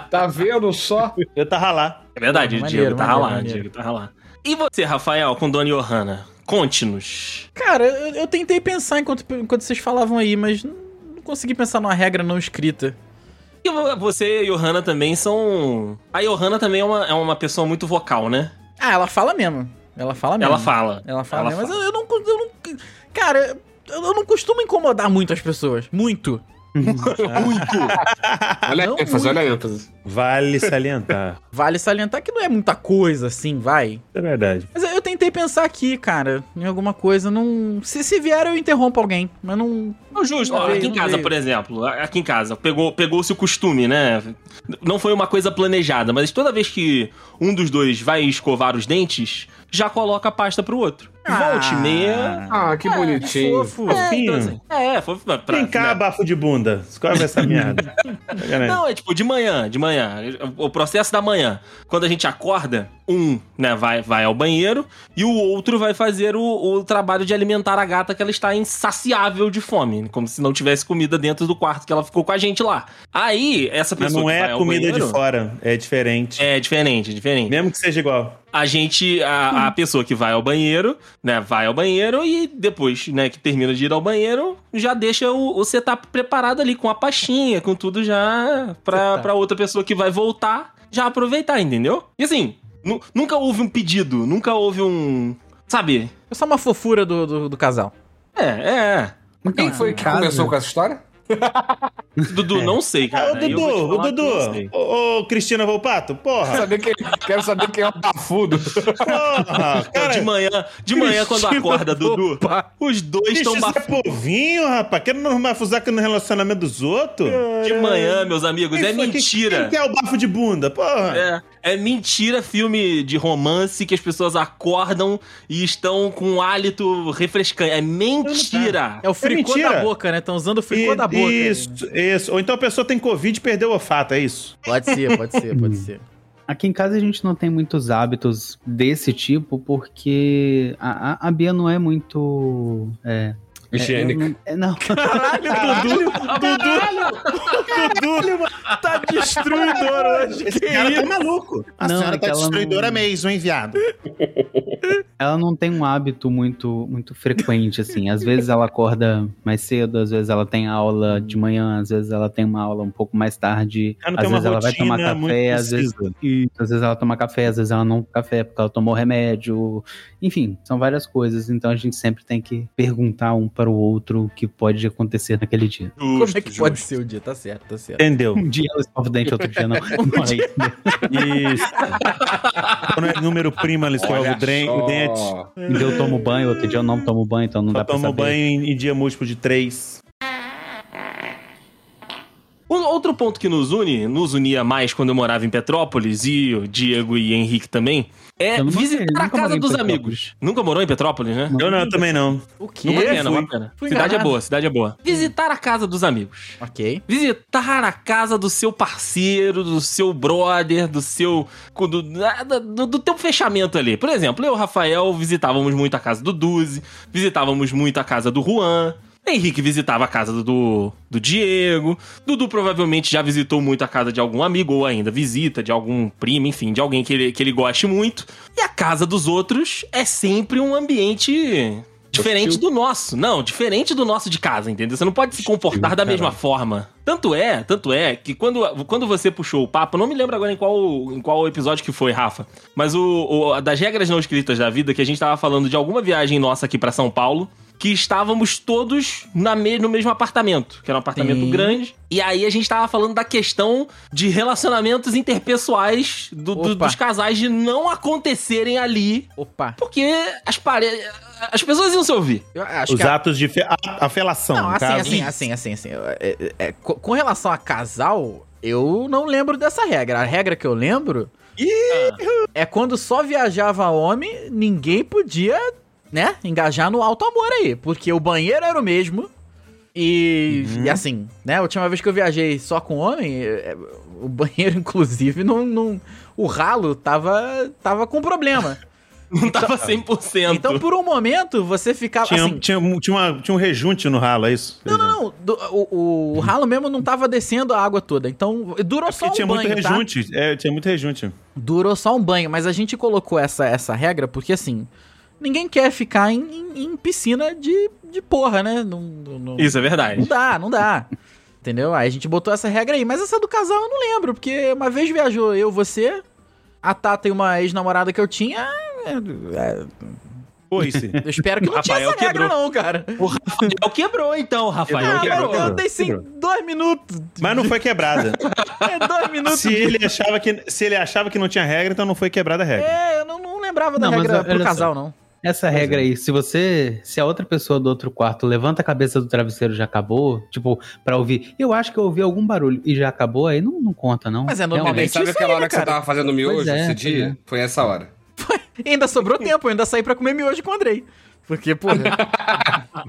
Speaker 6: tá vendo só?
Speaker 5: Eu tava lá.
Speaker 3: É verdade,
Speaker 2: Maneiro,
Speaker 3: Diego tava
Speaker 2: maneiro,
Speaker 3: lá,
Speaker 2: maneiro.
Speaker 3: Diego tava lá. E você, Rafael, com Dona Johanna? Conte-nos.
Speaker 2: Cara, eu, eu tentei pensar enquanto, enquanto vocês falavam aí, mas não, não consegui pensar numa regra não escrita.
Speaker 3: E vo- você e a Johanna também são. A Johanna também é uma, é uma pessoa muito vocal, né?
Speaker 2: Ah, ela fala mesmo. Ela fala mesmo.
Speaker 3: Ela fala.
Speaker 2: Ela fala
Speaker 3: Ela
Speaker 2: mesmo. Mas
Speaker 3: fala.
Speaker 2: eu, eu não, eu não. Cara, eu- eu não costumo incomodar muito as pessoas. Muito.
Speaker 6: Olha
Speaker 2: Não
Speaker 6: a ênfase, olha a ênfase.
Speaker 5: Vale salientar.
Speaker 2: Vale salientar que não é muita coisa assim, vai.
Speaker 5: É verdade.
Speaker 2: Mas eu- eu tentei pensar aqui, cara, em alguma coisa. Não. Se, se vier, eu interrompo alguém. Mas não.
Speaker 3: Não, justo.
Speaker 2: Não
Speaker 3: Ó,
Speaker 2: veio,
Speaker 3: aqui em
Speaker 2: não
Speaker 3: casa,
Speaker 2: veio.
Speaker 3: por exemplo, a- aqui em casa, pegou- pegou-se o costume, né? Não foi uma coisa planejada, mas toda vez que um dos dois vai escovar os dentes, já coloca a pasta pro outro.
Speaker 2: Ah,
Speaker 3: Ah. Volte e meia.
Speaker 6: Ah, que bonitinho.
Speaker 2: Fofo.
Speaker 3: É, então,
Speaker 5: fofinho.
Speaker 3: assim, é, foi pra, pra-
Speaker 5: Vem cá,
Speaker 3: né?
Speaker 5: bafo de bunda. Escolhe essa merda. Sacanagem.
Speaker 3: Não, é tipo de manhã, de manhã. O processo da manhã. Quando a gente acorda, um né, vai, vai ao banheiro e o outro vai fazer o, o trabalho de alimentar a gata que ela está insaciável de fome. Como se não tivesse comida dentro do quarto que ela ficou com a gente lá. Aí, essa
Speaker 5: Mas
Speaker 3: pessoa.
Speaker 5: não
Speaker 3: que vai
Speaker 5: é
Speaker 3: ao
Speaker 5: comida de
Speaker 3: banheiro-
Speaker 5: fora. É diferente.
Speaker 3: É diferente, diferente
Speaker 5: Mesmo que seja igual.
Speaker 3: a gente,
Speaker 5: Hum.
Speaker 3: a, a pessoa que vai ao banheiro, né, vai ao banheiro e depois, né, que termina de ir ao banheiro, já deixa o, o setup preparado ali com a pastinha, com tudo já pra,
Speaker 2: Setup.
Speaker 3: pra outra pessoa que vai voltar já aproveitar, entendeu? E assim, nu- nunca houve um pedido, nunca houve um. Sabe?
Speaker 2: É só uma fofura do, do, do casal.
Speaker 3: É, é.
Speaker 6: Quem foi que começou com essa história?
Speaker 3: Dudu, não sei, cara.
Speaker 5: É. Ô,
Speaker 3: Eu vou te falar que
Speaker 5: Dudu, ô,
Speaker 3: não
Speaker 5: Dudu.
Speaker 3: sei.
Speaker 5: Ô, ô, Cristina Volpato, porra.
Speaker 6: Saber quem- quero saber quem é o bafudo.
Speaker 5: Porra.
Speaker 3: Então,
Speaker 5: Cara,
Speaker 3: de manhã, de manhã quando
Speaker 5: Cristina
Speaker 3: acorda, Dudu, os dois
Speaker 5: Bicho,
Speaker 3: estão
Speaker 5: isso é
Speaker 3: bafando.
Speaker 5: povinho, rapaz. Quer normar fuzaca no relacionamento dos outros?
Speaker 3: De manhã, meus amigos, é
Speaker 5: Quem foi- quem-
Speaker 3: mentira.
Speaker 5: Quem que é o bafo de bunda? Porra.
Speaker 3: É, é mentira filme de romance que as pessoas acordam e estão com um hálito refrescante. É mentira.
Speaker 2: É o fricô
Speaker 5: mentira.
Speaker 2: da boca, né? Estão usando o fricô
Speaker 5: E-
Speaker 2: da boca.
Speaker 5: Isso, isso. Ou então a pessoa tem Covid e perdeu o olfato, é isso?
Speaker 2: Pode ser, pode ser, pode ser.
Speaker 4: Aqui em casa a gente não tem muitos hábitos desse tipo, porque a, a- a Bia não é muito. É, é,
Speaker 6: Higiênica.
Speaker 4: é, não,
Speaker 5: Caralho, Dudu, Dudu,
Speaker 2: Tá destruidor hoje.
Speaker 5: esse cara tá maluco.
Speaker 7: A
Speaker 4: Não,
Speaker 7: senhora
Speaker 4: é que
Speaker 7: tá
Speaker 4: ela não-
Speaker 7: destruidora mesmo, hein, viado?
Speaker 4: Ela não tem um hábito muito muito frequente, assim. Às vezes ela acorda mais cedo, às vezes ela tem aula de manhã, às vezes ela tem uma aula um pouco mais tarde,
Speaker 5: Ela não
Speaker 4: às
Speaker 5: tem uma
Speaker 4: vezes ela vai tomar
Speaker 5: rotina muito
Speaker 4: café, às vezes, Isso, às vezes ela toma café, às vezes ela não toma café porque ela tomou remédio. Enfim, são várias coisas. Então a gente sempre tem que perguntar um para o outro o que pode acontecer naquele dia.
Speaker 2: Como é que pode ser o dia? Tá certo, tá certo.
Speaker 5: Entendeu?
Speaker 4: Um dia ela escova o dente, outro dia não. não
Speaker 5: Um
Speaker 4: é isso.
Speaker 5: Isso. Quando é número primo, ela escova o, dren- o dente. Só
Speaker 4: Um dia eu tomo banho, outro dia eu não tomo banho, então não dá pra
Speaker 5: toma
Speaker 4: saber.
Speaker 5: banho em, em dia múltiplo de três.
Speaker 3: Um outro ponto que nos une, nos unia mais quando eu morava em Petrópolis, e o Diego e Henrique também, é
Speaker 4: Eu não morei,
Speaker 3: visitar a
Speaker 4: nunca morei
Speaker 3: casa
Speaker 4: em
Speaker 3: dos
Speaker 4: Petrópolis.
Speaker 3: amigos. Nunca morou em Petrópolis, né?
Speaker 5: Eu não, também não.
Speaker 2: O quê?
Speaker 3: Uma pena,
Speaker 5: fui.
Speaker 3: uma pena.
Speaker 2: Fui
Speaker 3: cidade é
Speaker 2: enganado.
Speaker 3: boa, cidade é boa. Visitar a casa dos amigos.
Speaker 2: Ok.
Speaker 3: visitar a casa do seu parceiro, do seu brother, do seu. do, da- da- do, do teu fechamento ali. Por exemplo, eu e o Rafael visitávamos muito a casa do Duzi, visitávamos muito a casa do Juan. Henrique visitava a casa do, do Diego. Dudu provavelmente já visitou muito a casa de algum amigo, ou ainda visita de algum primo, enfim, de alguém que ele, que ele goste muito. E a casa dos outros é sempre um ambiente diferente do nosso. Não, diferente do nosso de casa, entendeu? Você não pode se comportar da mesma forma. Tanto é, tanto é, que quando, quando você puxou o papo, não me lembro agora em qual, em qual episódio que foi, Rafa, mas o, o- a das regras não escritas da vida, que a gente tava falando de alguma viagem nossa aqui pra São Paulo, que estávamos todos na me- no mesmo apartamento, que era um apartamento
Speaker 2: Sim.
Speaker 3: grande, e aí a gente tava falando da questão de relacionamentos interpessoais do- do-
Speaker 2: Opa.
Speaker 3: dos casais de não acontecerem ali
Speaker 2: Opa.
Speaker 3: porque as paredes. As pessoas iam se ouvir.
Speaker 2: Eu acho
Speaker 5: Os
Speaker 2: que a-
Speaker 5: atos de fe... a, a felação,
Speaker 2: Não,
Speaker 5: no
Speaker 2: assim,
Speaker 5: um caso.
Speaker 2: assim, assim, assim, assim. eu- é- é- é, co- com relação a casal, eu não lembro dessa regra. A regra que eu lembro é quando só viajava homem, ninguém podia, né, engajar no alto amor aí. Porque o banheiro era o mesmo. E, e assim, né? A última vez que eu viajei só com homem, é, é, o banheiro, inclusive, não. não o ralo tava, tava com problema.
Speaker 3: Não tava 100%.
Speaker 2: Então, por um momento, você ficava.
Speaker 5: Tinha,
Speaker 2: assim,
Speaker 5: tinha, um- tinha, uma- tinha um rejunte no ralo, é isso?
Speaker 2: Não, não, não. Do- o, o- o ralo mesmo não tava descendo a água toda. Então, durou só
Speaker 5: É Porque
Speaker 2: um
Speaker 5: tinha muito
Speaker 2: banho, tá?
Speaker 5: rejunte. É, tinha muito rejunte.
Speaker 2: Durou só um banho, mas a gente colocou essa, essa regra porque, assim, ninguém quer ficar em, em- em piscina de, de porra, né? Não, não- não-
Speaker 3: Isso é
Speaker 2: não
Speaker 3: verdade.
Speaker 2: dá, não dá. Entendeu? Aí a gente botou essa regra aí. Mas essa do casal eu não lembro, porque uma vez viajou eu, você, a Tata e uma ex-namorada que eu tinha. é, é,
Speaker 5: Foi isso.
Speaker 2: Eu espero que não tinha
Speaker 3: Rafael
Speaker 2: essa regra,
Speaker 3: quebrou.
Speaker 2: não, cara.
Speaker 3: O Rafael quebrou, então, Rafael
Speaker 2: Ah, mas
Speaker 3: quebrou.
Speaker 2: eu dei sim dois minutos.
Speaker 5: Mas não foi quebrada.
Speaker 2: É dois minutos.
Speaker 5: se, ele achava que, se ele achava que não tinha regra, então não foi quebrada a regra.
Speaker 2: É, eu não, não lembrava da
Speaker 4: Não, mas
Speaker 2: regra
Speaker 4: olha
Speaker 2: pro
Speaker 4: só.
Speaker 2: casal, não.
Speaker 4: Essa regra
Speaker 5: é.
Speaker 4: aí, se você. Se a outra pessoa do outro quarto levanta a cabeça do travesseiro e já acabou, tipo, pra ouvir, eu acho que eu ouvi algum barulho e já acabou, aí não, não conta, não.
Speaker 2: Mas é
Speaker 4: Realmente.
Speaker 2: normalmente.
Speaker 6: Bem, sabe
Speaker 2: isso
Speaker 6: aquela
Speaker 2: aí,
Speaker 6: hora
Speaker 2: né,
Speaker 6: que você
Speaker 2: cara?
Speaker 6: tava fazendo miojo
Speaker 4: Pois é,
Speaker 6: esse
Speaker 4: pois
Speaker 6: dia?
Speaker 4: é.
Speaker 6: Foi essa hora.
Speaker 2: E ainda sobrou tempo, eu ainda saí pra comer miojo com o Andrei. Porque, pô,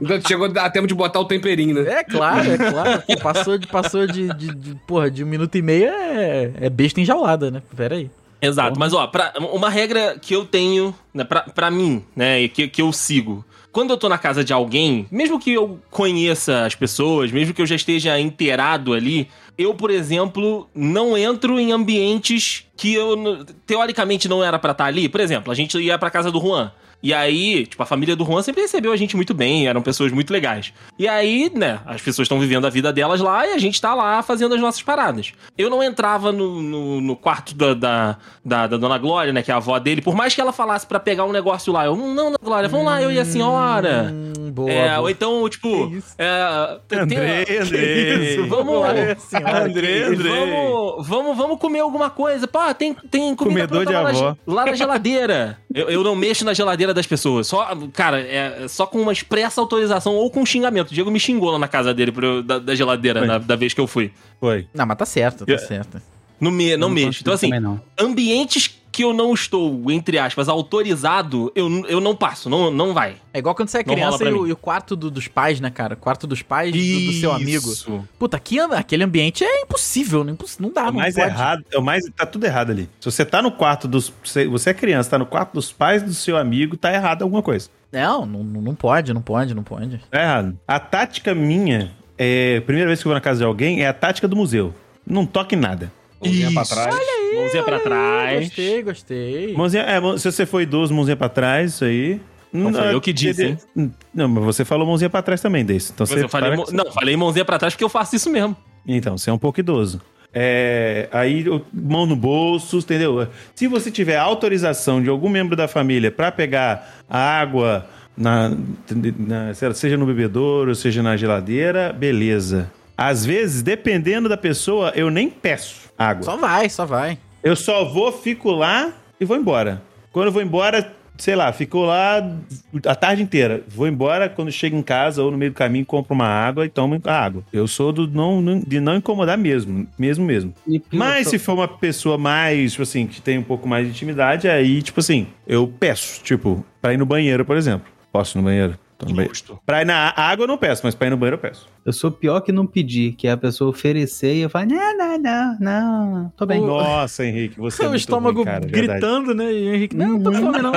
Speaker 6: Ainda Chegou a dar tempo de botar o temperinho, né?
Speaker 2: é claro, é claro. pô, passou de, passou de, de, de- porra, de um minuto e meio é, é besta enjaulada, né? Pera aí.
Speaker 3: Exato, mas ó, pra, uma regra que eu tenho, né, pra, pra mim, né, e que, que eu sigo. Quando eu tô na casa de alguém, mesmo que eu conheça as pessoas, mesmo que eu já esteja inteirado ali, eu, por exemplo, não entro em ambientes que eu, n- teoricamente, não era pra estar ali. Por exemplo, a gente ia pra casa do Juan. E aí, tipo, a família do Juan sempre recebeu a gente muito bem, eram pessoas muito legais. E aí, né, as pessoas estão vivendo a vida delas lá e a gente tá lá fazendo as nossas paradas. Eu não entrava no, no, no quarto da, da, da, da Dona Glória, né, que é a avó dele, por mais que ela falasse pra pegar um negócio lá. Eu, não, não, Dona Glória, vamos lá, eu e a senhora.
Speaker 2: Hum, boa.
Speaker 3: É,
Speaker 2: boa.
Speaker 3: ou então, tipo.
Speaker 2: Que isso?
Speaker 3: É, tem- tem-
Speaker 5: Andrei.
Speaker 3: Isso, vamos lá.
Speaker 2: Olha, senhora,
Speaker 5: Andrei,
Speaker 2: que-
Speaker 5: Andrei.
Speaker 3: Vamos, vamos, vamos comer alguma coisa. Pá, tem, tem comida
Speaker 5: Comedor
Speaker 3: pronta
Speaker 5: de
Speaker 3: lá, na-
Speaker 5: avó.
Speaker 3: lá na geladeira. Eu, eu não mexo na geladeira das pessoas. Só, cara, é é só com uma expressa autorização ou com xingamento. O Diego me xingou lá na casa dele pro- da, da geladeira
Speaker 5: Foi.
Speaker 3: na- da vez que eu fui.
Speaker 5: Foi.
Speaker 2: Não, mas tá certo, tá
Speaker 5: Eu-
Speaker 2: certo.
Speaker 3: Não, me, não, mexo.
Speaker 4: consigo
Speaker 3: Então, assim,
Speaker 4: também não.
Speaker 3: ambientes que eu não estou, entre aspas, autorizado, eu, n- eu não passo. Não, não vai.
Speaker 2: É igual quando você é
Speaker 3: Não rola
Speaker 2: criança
Speaker 3: pra
Speaker 2: e o,
Speaker 3: mim.
Speaker 2: e o quarto do- dos pais, né, cara? O quarto dos pais do, do seu amigo.
Speaker 3: Isso.
Speaker 2: Puta, aqui, aquele ambiente é impossível, não, é imposs- não dá,
Speaker 5: É
Speaker 2: não
Speaker 5: o mais
Speaker 2: pode.
Speaker 5: errado, é o mais, tá tudo errado ali. Se você tá no quarto dos, se você é criança, tá no quarto dos pais do seu amigo, tá errado alguma coisa.
Speaker 2: Não, não, não pode, não pode, não pode.
Speaker 5: Tá errado. A tática minha, é, primeira vez que eu vou na casa de alguém, é a tática do museu. Não toque em nada.
Speaker 6: Olhar pra
Speaker 3: Isso.
Speaker 6: trás.
Speaker 3: Mãozinha pra
Speaker 2: Ai,
Speaker 3: trás.
Speaker 2: Gostei, gostei.
Speaker 5: Mãozinha, é, mão- se você for idoso, mãozinha pra trás, isso aí. Não,
Speaker 3: foi eu que disse, hein?
Speaker 5: Não, mas você falou mãozinha pra trás também, desse. Então
Speaker 3: Mas
Speaker 5: você
Speaker 3: eu falei,
Speaker 5: para
Speaker 3: mo-
Speaker 5: com
Speaker 3: não, falei mãozinha pra trás porque eu faço isso mesmo.
Speaker 5: Então, você é um pouco idoso. É, aí, eu- mão no bolso, entendeu? Se você tiver autorização de algum membro da família para pegar a água, na, na- sei lá, seja no bebedouro, seja na geladeira, beleza. Às vezes, dependendo da pessoa, eu nem peço água.
Speaker 2: Só vai, só vai.
Speaker 5: Eu só vou, fico lá e vou embora. Quando eu vou embora, sei lá, ficou lá a tarde inteira. Vou embora quando chego em casa ou no meio do caminho, compro uma água e tomo a água. Eu sou do não, não- de não incomodar mesmo, mesmo mesmo.
Speaker 4: E pior,
Speaker 5: Mas
Speaker 4: só-
Speaker 5: se for uma pessoa mais, tipo assim, que tem um pouco mais de intimidade, aí, tipo assim, eu peço, tipo, pra ir no banheiro, por exemplo. Posso ir no banheiro? Tô no banheiro.
Speaker 3: Justo.
Speaker 5: Pra ir na água eu não peço, mas pra ir no banheiro eu peço.
Speaker 4: Eu sou pior que não pedir, que é a pessoa oferecer e eu falo, não, não, não, não, tô bem.
Speaker 5: Nossa, Henrique, você é
Speaker 2: Seu
Speaker 5: muito
Speaker 2: estômago
Speaker 5: ruim, cara, verdade.
Speaker 2: gritando, né? E o Henrique, não, tô com fome não.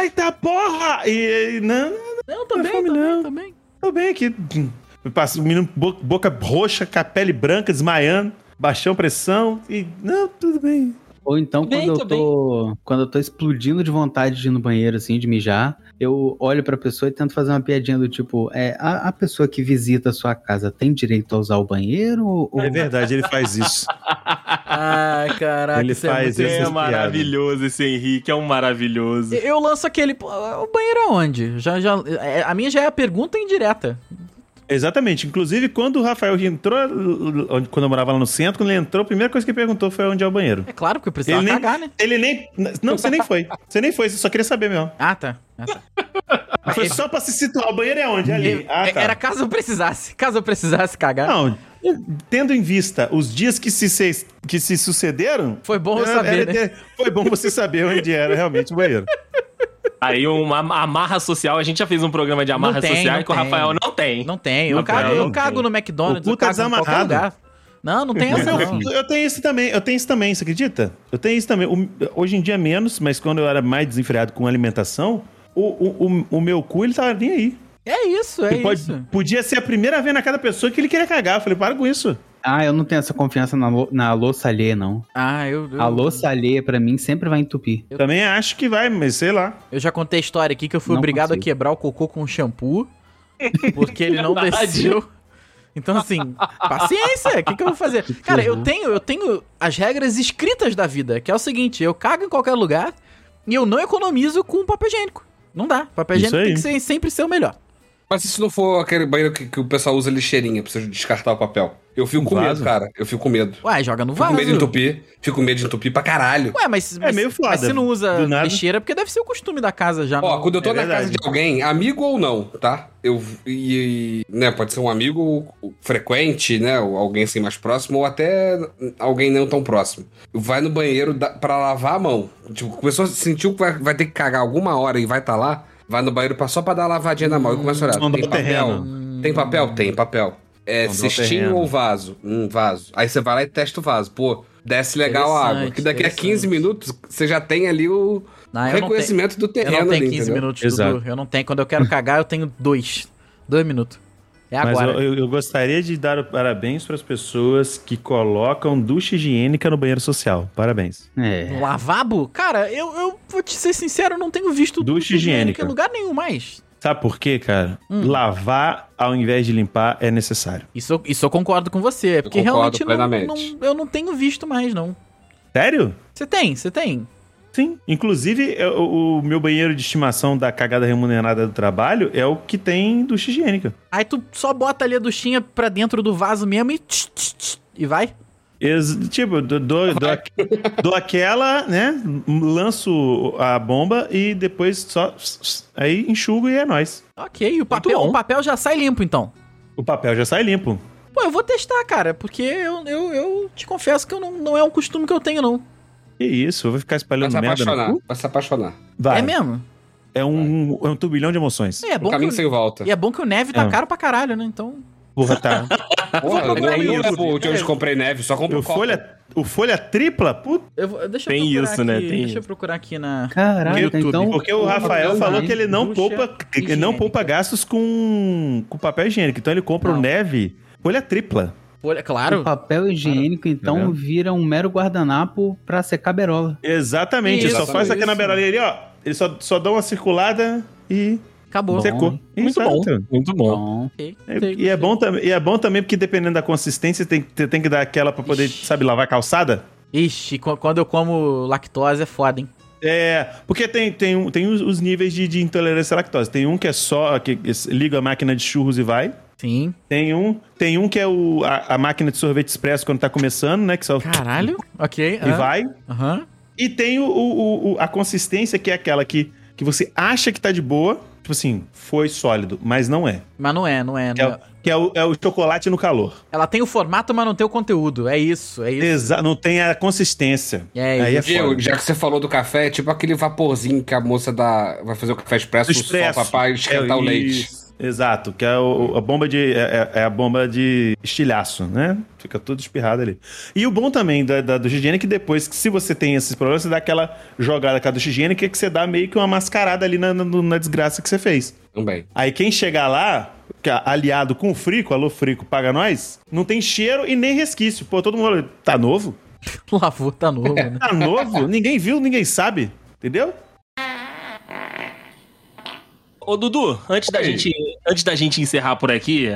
Speaker 5: Eita porra! E, e não,
Speaker 2: Não, tô bem,
Speaker 5: fome
Speaker 2: tô bem,
Speaker 5: não.
Speaker 2: tô bem.
Speaker 5: Tô bem aqui. Passa O menino bo- boca roxa, com a pele branca, desmaiando, baixão pressão e. Não, tudo bem.
Speaker 4: Ou então,
Speaker 7: Tô bem,
Speaker 4: quando,
Speaker 7: tô
Speaker 4: eu tô, quando eu tô explodindo de vontade de ir no banheiro, assim, de mijar, eu olho pra pessoa e tento fazer uma piadinha do tipo: é, a, a pessoa que visita a sua casa tem direito a usar o banheiro? Ou...
Speaker 5: É verdade, ele faz isso.
Speaker 2: Ai, caraca,
Speaker 5: Ele
Speaker 2: é
Speaker 5: faz
Speaker 2: muito-
Speaker 5: Ah, isso.
Speaker 3: É
Speaker 5: piadas.
Speaker 3: maravilhoso esse Henrique, é um maravilhoso.
Speaker 2: Eu lanço aquele. pô, O banheiro aonde? Já, já, é, a minha já é a pergunta indireta.
Speaker 5: Exatamente. Inclusive, quando o Rafael entrou, onde- quando eu morava lá no centro, quando ele entrou, a primeira coisa que ele perguntou foi onde é o banheiro.
Speaker 2: É claro, porque eu precisava
Speaker 5: Ele nem-
Speaker 2: cagar, né?
Speaker 5: Ele nem. Não, você nem foi. Você nem foi, você só queria saber mesmo.
Speaker 2: Ah, tá. Ah, tá.
Speaker 5: Foi só pra se situar. O banheiro é onde? É Ali. Ah,
Speaker 2: É-
Speaker 5: tá.
Speaker 2: Era caso eu precisasse. Caso eu precisasse cagar.
Speaker 5: Não, tendo em vista os dias que se, se- que se sucederam.
Speaker 2: Foi bom eu
Speaker 5: era-
Speaker 2: saber, né?
Speaker 5: era- Foi bom você saber onde era realmente o banheiro.
Speaker 3: Aí uma amarra social, a gente já fez um programa de amarra
Speaker 2: Não tem,
Speaker 3: social
Speaker 2: não
Speaker 3: e com o
Speaker 2: tem.
Speaker 3: Rafael não tem.
Speaker 2: Não tem. Eu
Speaker 3: Não
Speaker 2: cago,
Speaker 3: tem,
Speaker 2: eu
Speaker 3: não
Speaker 2: cago
Speaker 3: tem.
Speaker 2: no McDonald's,
Speaker 5: O cu
Speaker 2: eu
Speaker 5: tá
Speaker 2: cago em qualquer
Speaker 5: desamarrado.
Speaker 2: lugar. Não, não tem
Speaker 5: Mas
Speaker 2: essa
Speaker 5: eu-
Speaker 2: não.
Speaker 5: eu tenho isso também, eu tenho isso também, você acredita? Eu tenho isso também. O- hoje em dia menos, mas quando eu era mais desenfreado com alimentação, o, o, o- o meu cu ele tava nem aí.
Speaker 2: É isso, é
Speaker 5: Ele pode-
Speaker 2: isso.
Speaker 5: podia ser a primeira vez na cada pessoa que ele queria cagar. Eu falei, para com isso.
Speaker 4: Ah, eu não tenho essa confiança na, lo- na louça alheia, não.
Speaker 2: Ah, eu, eu,
Speaker 4: A louça alheia, pra mim, sempre vai entupir.
Speaker 2: Eu-
Speaker 5: Também acho que vai, mas sei lá.
Speaker 2: eu já contei a história aqui que eu fui
Speaker 4: Não
Speaker 2: obrigado
Speaker 4: consigo.
Speaker 2: a quebrar o cocô com um shampoo, porque ele não
Speaker 3: Verdade.
Speaker 2: desceu. Então, assim, paciência, o que, que eu vou fazer? Cara, eu
Speaker 4: terror.
Speaker 2: tenho, eu tenho as regras escritas da vida, que é o seguinte, eu cago em qualquer lugar e eu não economizo com papel higiênico. Não dá. Papel
Speaker 5: Isso
Speaker 2: higiênico tem
Speaker 5: aí.
Speaker 2: que ser- sempre ser o melhor.
Speaker 6: Mas se isso não for aquele banheiro que, que o pessoal usa lixeirinha pra você descartar o papel? Eu fico
Speaker 5: Um
Speaker 6: com
Speaker 5: vaso?
Speaker 6: medo, cara. Eu fico com medo.
Speaker 2: Ué, joga no
Speaker 6: Fico
Speaker 2: vaso.
Speaker 6: com medo de entupir. Fico com medo de entupir pra caralho.
Speaker 2: Ué, mas, mas,
Speaker 5: É meio foda,
Speaker 2: mas você não usa
Speaker 5: do nada.
Speaker 2: lixeira porque deve ser o costume da casa já.
Speaker 6: Ó,
Speaker 2: não-
Speaker 6: quando eu tô
Speaker 5: é
Speaker 6: na
Speaker 5: verdade.
Speaker 6: casa de alguém, amigo ou não, tá? Eu. E, e- né, pode ser um amigo frequente, né? Ou alguém assim mais próximo, ou até alguém não tão próximo. Vai no banheiro da, pra lavar a mão. Tipo, começou a sentir que vai, vai ter que cagar alguma hora e vai tá lá, vai no banheiro pra, só pra dar uma lavadinha na mão. E começa a olhar.
Speaker 5: Sondar
Speaker 6: Tem
Speaker 5: o
Speaker 6: papel?
Speaker 5: terreno.
Speaker 6: Tem papel? Tem papel. É
Speaker 5: Sondar o
Speaker 6: cestinho
Speaker 5: terreno.
Speaker 6: ou vaso? Um vaso. Aí você vai lá e testa o vaso. Pô, desce legal a água.
Speaker 2: Interessante,
Speaker 6: Que daqui a 15 minutos você já tem ali o
Speaker 2: Não, Ah, eu não tenho-
Speaker 6: É reconhecimento do
Speaker 2: Eu
Speaker 6: terreno
Speaker 2: não tenho
Speaker 6: ali,
Speaker 2: 15
Speaker 6: entendeu?
Speaker 2: minutos,
Speaker 5: Exato.
Speaker 2: Dudu. Eu não tenho. Quando eu quero cagar, eu tenho dois. Dois minutos. É
Speaker 5: Mas
Speaker 2: agora.
Speaker 5: eu, eu- eu gostaria de dar o parabéns para as pessoas que colocam ducha higiênica no banheiro social. Parabéns.
Speaker 4: É.
Speaker 2: No lavabo? Cara, eu, eu vou te ser sincero, eu não tenho visto
Speaker 5: Ducha higiênica.
Speaker 2: em lugar nenhum mais.
Speaker 5: Sabe por quê, cara?
Speaker 6: Hum.
Speaker 5: Lavar ao invés de limpar é necessário.
Speaker 2: Isso, eu- isso eu concordo com você. é Porque
Speaker 6: concordo
Speaker 2: realmente não-
Speaker 6: plenamente.
Speaker 2: não- eu não tenho visto mais, não.
Speaker 5: Sério?
Speaker 2: Você tem, você tem.
Speaker 5: Sim. Inclusive, é o, o meu banheiro de estimação da cagada remunerada do trabalho é o que tem ducha higiênica.
Speaker 2: Aí tu só bota ali a duchinha pra dentro do vaso mesmo e. tch, tch, tch, e vai.
Speaker 5: Ex- tipo, eu dou, dou, dou, aque- dou aquela, né? Lanço a bomba e depois só. Aí enxugo e é nóis.
Speaker 2: Ok, o papel,
Speaker 3: bom.
Speaker 2: o papel já sai limpo, então.
Speaker 5: O papel já sai limpo.
Speaker 2: Pô, eu vou testar, cara, porque eu, eu, eu te confesso que eu não, não é um costume que eu tenho, não.
Speaker 5: Que isso, eu vou ficar
Speaker 6: Vai
Speaker 5: espalhando
Speaker 6: se
Speaker 5: merda.
Speaker 6: apaixonar,
Speaker 5: No cu?
Speaker 6: vai se apaixonar.
Speaker 5: Vai.
Speaker 2: É mesmo?
Speaker 5: É um, é um turbilhão de emoções.
Speaker 2: É, é
Speaker 6: O
Speaker 2: bom que
Speaker 6: caminho
Speaker 2: eu-
Speaker 6: sem volta.
Speaker 2: E é bom que o neve tá
Speaker 5: É.
Speaker 2: caro pra caralho, né? Então.
Speaker 5: Porra, tá.
Speaker 6: Porra, eu
Speaker 2: procurar
Speaker 6: não
Speaker 2: isso.
Speaker 6: lembro de onde comprei neve, só compro
Speaker 5: o,
Speaker 6: copo.
Speaker 5: folha, o folha tripla? Puta.
Speaker 2: Eu vou, deixa eu
Speaker 3: Tem
Speaker 2: procurar
Speaker 3: isso,
Speaker 2: aqui,
Speaker 3: né? Tem
Speaker 2: Deixa eu
Speaker 3: isso.
Speaker 2: procurar aqui na.
Speaker 4: Caraca,
Speaker 3: YouTube,
Speaker 4: então.
Speaker 5: Porque o Rafael
Speaker 4: papel
Speaker 5: falou
Speaker 4: higiênico,
Speaker 5: que ele não
Speaker 2: ducha
Speaker 5: poupa, ele não
Speaker 2: higiênica.
Speaker 5: poupa gastos com, com papel higiênico. Então ele compra
Speaker 2: Não.
Speaker 5: o neve folha tripla.
Speaker 2: Olha,
Speaker 4: O
Speaker 2: claro.
Speaker 4: papel higiênico, então,
Speaker 5: Tá vendo?
Speaker 4: vira um mero guardanapo pra secar berola.
Speaker 5: Exatamente. ele só
Speaker 6: Isso,
Speaker 5: faz aqui na
Speaker 2: isso.
Speaker 5: berolinha ali, ó. Ele só, só dá uma circulada e
Speaker 2: Acabou.
Speaker 4: Bom,
Speaker 5: secou.
Speaker 3: Muito
Speaker 5: Exato.
Speaker 3: bom, muito bom.
Speaker 4: Então,
Speaker 2: Ok,
Speaker 5: É-
Speaker 2: sei,
Speaker 5: e, é
Speaker 2: sei.
Speaker 5: bom tam- e é bom também porque dependendo da consistência, tem, que- tem que dar aquela pra poder,
Speaker 2: Ixi.
Speaker 5: sabe, lavar a calçada?
Speaker 2: Ixi, qu- quando eu como lactose é foda, hein?
Speaker 5: É, porque tem, tem, um- tem os, os níveis de, de intolerância à lactose. Tem um que é só, que que s- liga a máquina de churros e vai.
Speaker 2: Sim.
Speaker 5: Tem um, tem um que é o, a, a máquina de sorvete expresso quando tá começando, né? Que só
Speaker 2: Caralho. Ok.
Speaker 5: e
Speaker 2: ah,
Speaker 5: vai.
Speaker 2: Aham.
Speaker 5: E tem o, o- o- a consistência que é aquela que, que você acha que tá de boa. Tipo assim, foi sólido, mas não é.
Speaker 2: Mas não é, não é.
Speaker 5: Que é,
Speaker 2: Não
Speaker 5: o-
Speaker 2: é.
Speaker 5: que é o, é o chocolate no calor.
Speaker 2: Ela tem o formato, mas não tem o conteúdo. É isso, é isso.
Speaker 5: Exa não tem a consistência.
Speaker 2: É,
Speaker 5: Aí é
Speaker 6: Diego,
Speaker 5: foda.
Speaker 6: já que você falou do café, é tipo aquele vaporzinho que a moça dá, vai fazer o café expresso,
Speaker 5: Expresso.
Speaker 6: só pra esquentar
Speaker 5: É,
Speaker 6: o leite.
Speaker 5: isso. Exato, que é o- a bomba de. É, é- é a bomba de estilhaço, né? Fica tudo espirrado ali. E o bom também da, da do Higiene é que depois, que se você tem esses problemas, você dá aquela jogada com a do Higiene, que é que você dá meio que uma mascarada ali na- na- na desgraça que você fez.
Speaker 6: Também.
Speaker 5: Aí quem chegar lá, que é aliado com o Frico, alô Frico, paga nós, não tem cheiro e nem resquício. Pô, todo mundo, tá novo?
Speaker 2: Lavou, tá novo, né?
Speaker 5: Tá novo? ninguém viu, ninguém sabe, entendeu?
Speaker 3: Ô Dudu, antes da,
Speaker 6: Oi.
Speaker 3: gente, antes da gente encerrar por aqui,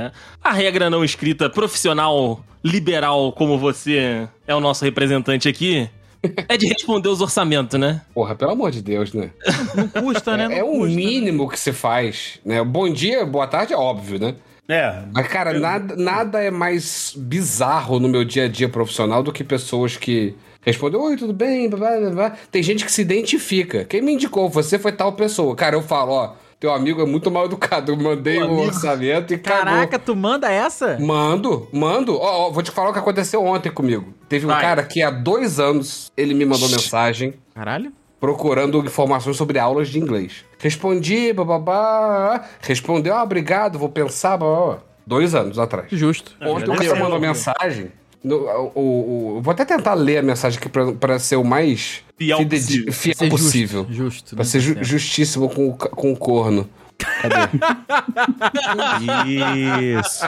Speaker 3: a regra não escrita profissional liberal como você é o nosso representante aqui, é de responder os orçamentos, né?
Speaker 6: Porra, pelo amor de Deus, né?
Speaker 2: Não custa, né? Não
Speaker 6: É
Speaker 5: um
Speaker 6: o
Speaker 2: custa.
Speaker 6: mínimo que se faz, né? Bom dia, boa tarde é óbvio, né?
Speaker 5: É,
Speaker 6: Mas, cara, nada, nada é mais bizarro no meu dia a dia profissional do que pessoas que respondem: Oi, tudo bem? Blá, blá, blá, blá. Tem gente que se identifica. Quem me indicou? Você foi tal pessoa. Cara, eu falo: Ó, teu amigo é muito mal educado. Eu mandei o orçamento e acabou.
Speaker 2: Caraca, tu manda essa?
Speaker 6: Mando, mando. Ó, ó, vou te falar o que aconteceu ontem comigo. Teve um
Speaker 3: Vai.
Speaker 6: cara que há dois anos ele me mandou mensagem
Speaker 2: Caralho.
Speaker 6: procurando informações sobre aulas de inglês. Respondi, bababá. Respondeu, ah, obrigado, vou pensar, babá. Dois anos atrás.
Speaker 2: Justo.
Speaker 6: Ontem o
Speaker 5: já
Speaker 6: cara
Speaker 5: deu.
Speaker 6: mandou mensagem. no- o- o- o- vou até tentar ler a mensagem aqui pra, pra ser o mais
Speaker 3: Fiel
Speaker 6: fide-
Speaker 3: possível.
Speaker 6: fiel
Speaker 2: Ser justo,
Speaker 6: possível.
Speaker 2: Justo.
Speaker 6: Pra
Speaker 2: né?
Speaker 6: ser ju-
Speaker 2: Certo.
Speaker 6: justíssimo com, o ca- com o corno.
Speaker 5: isso.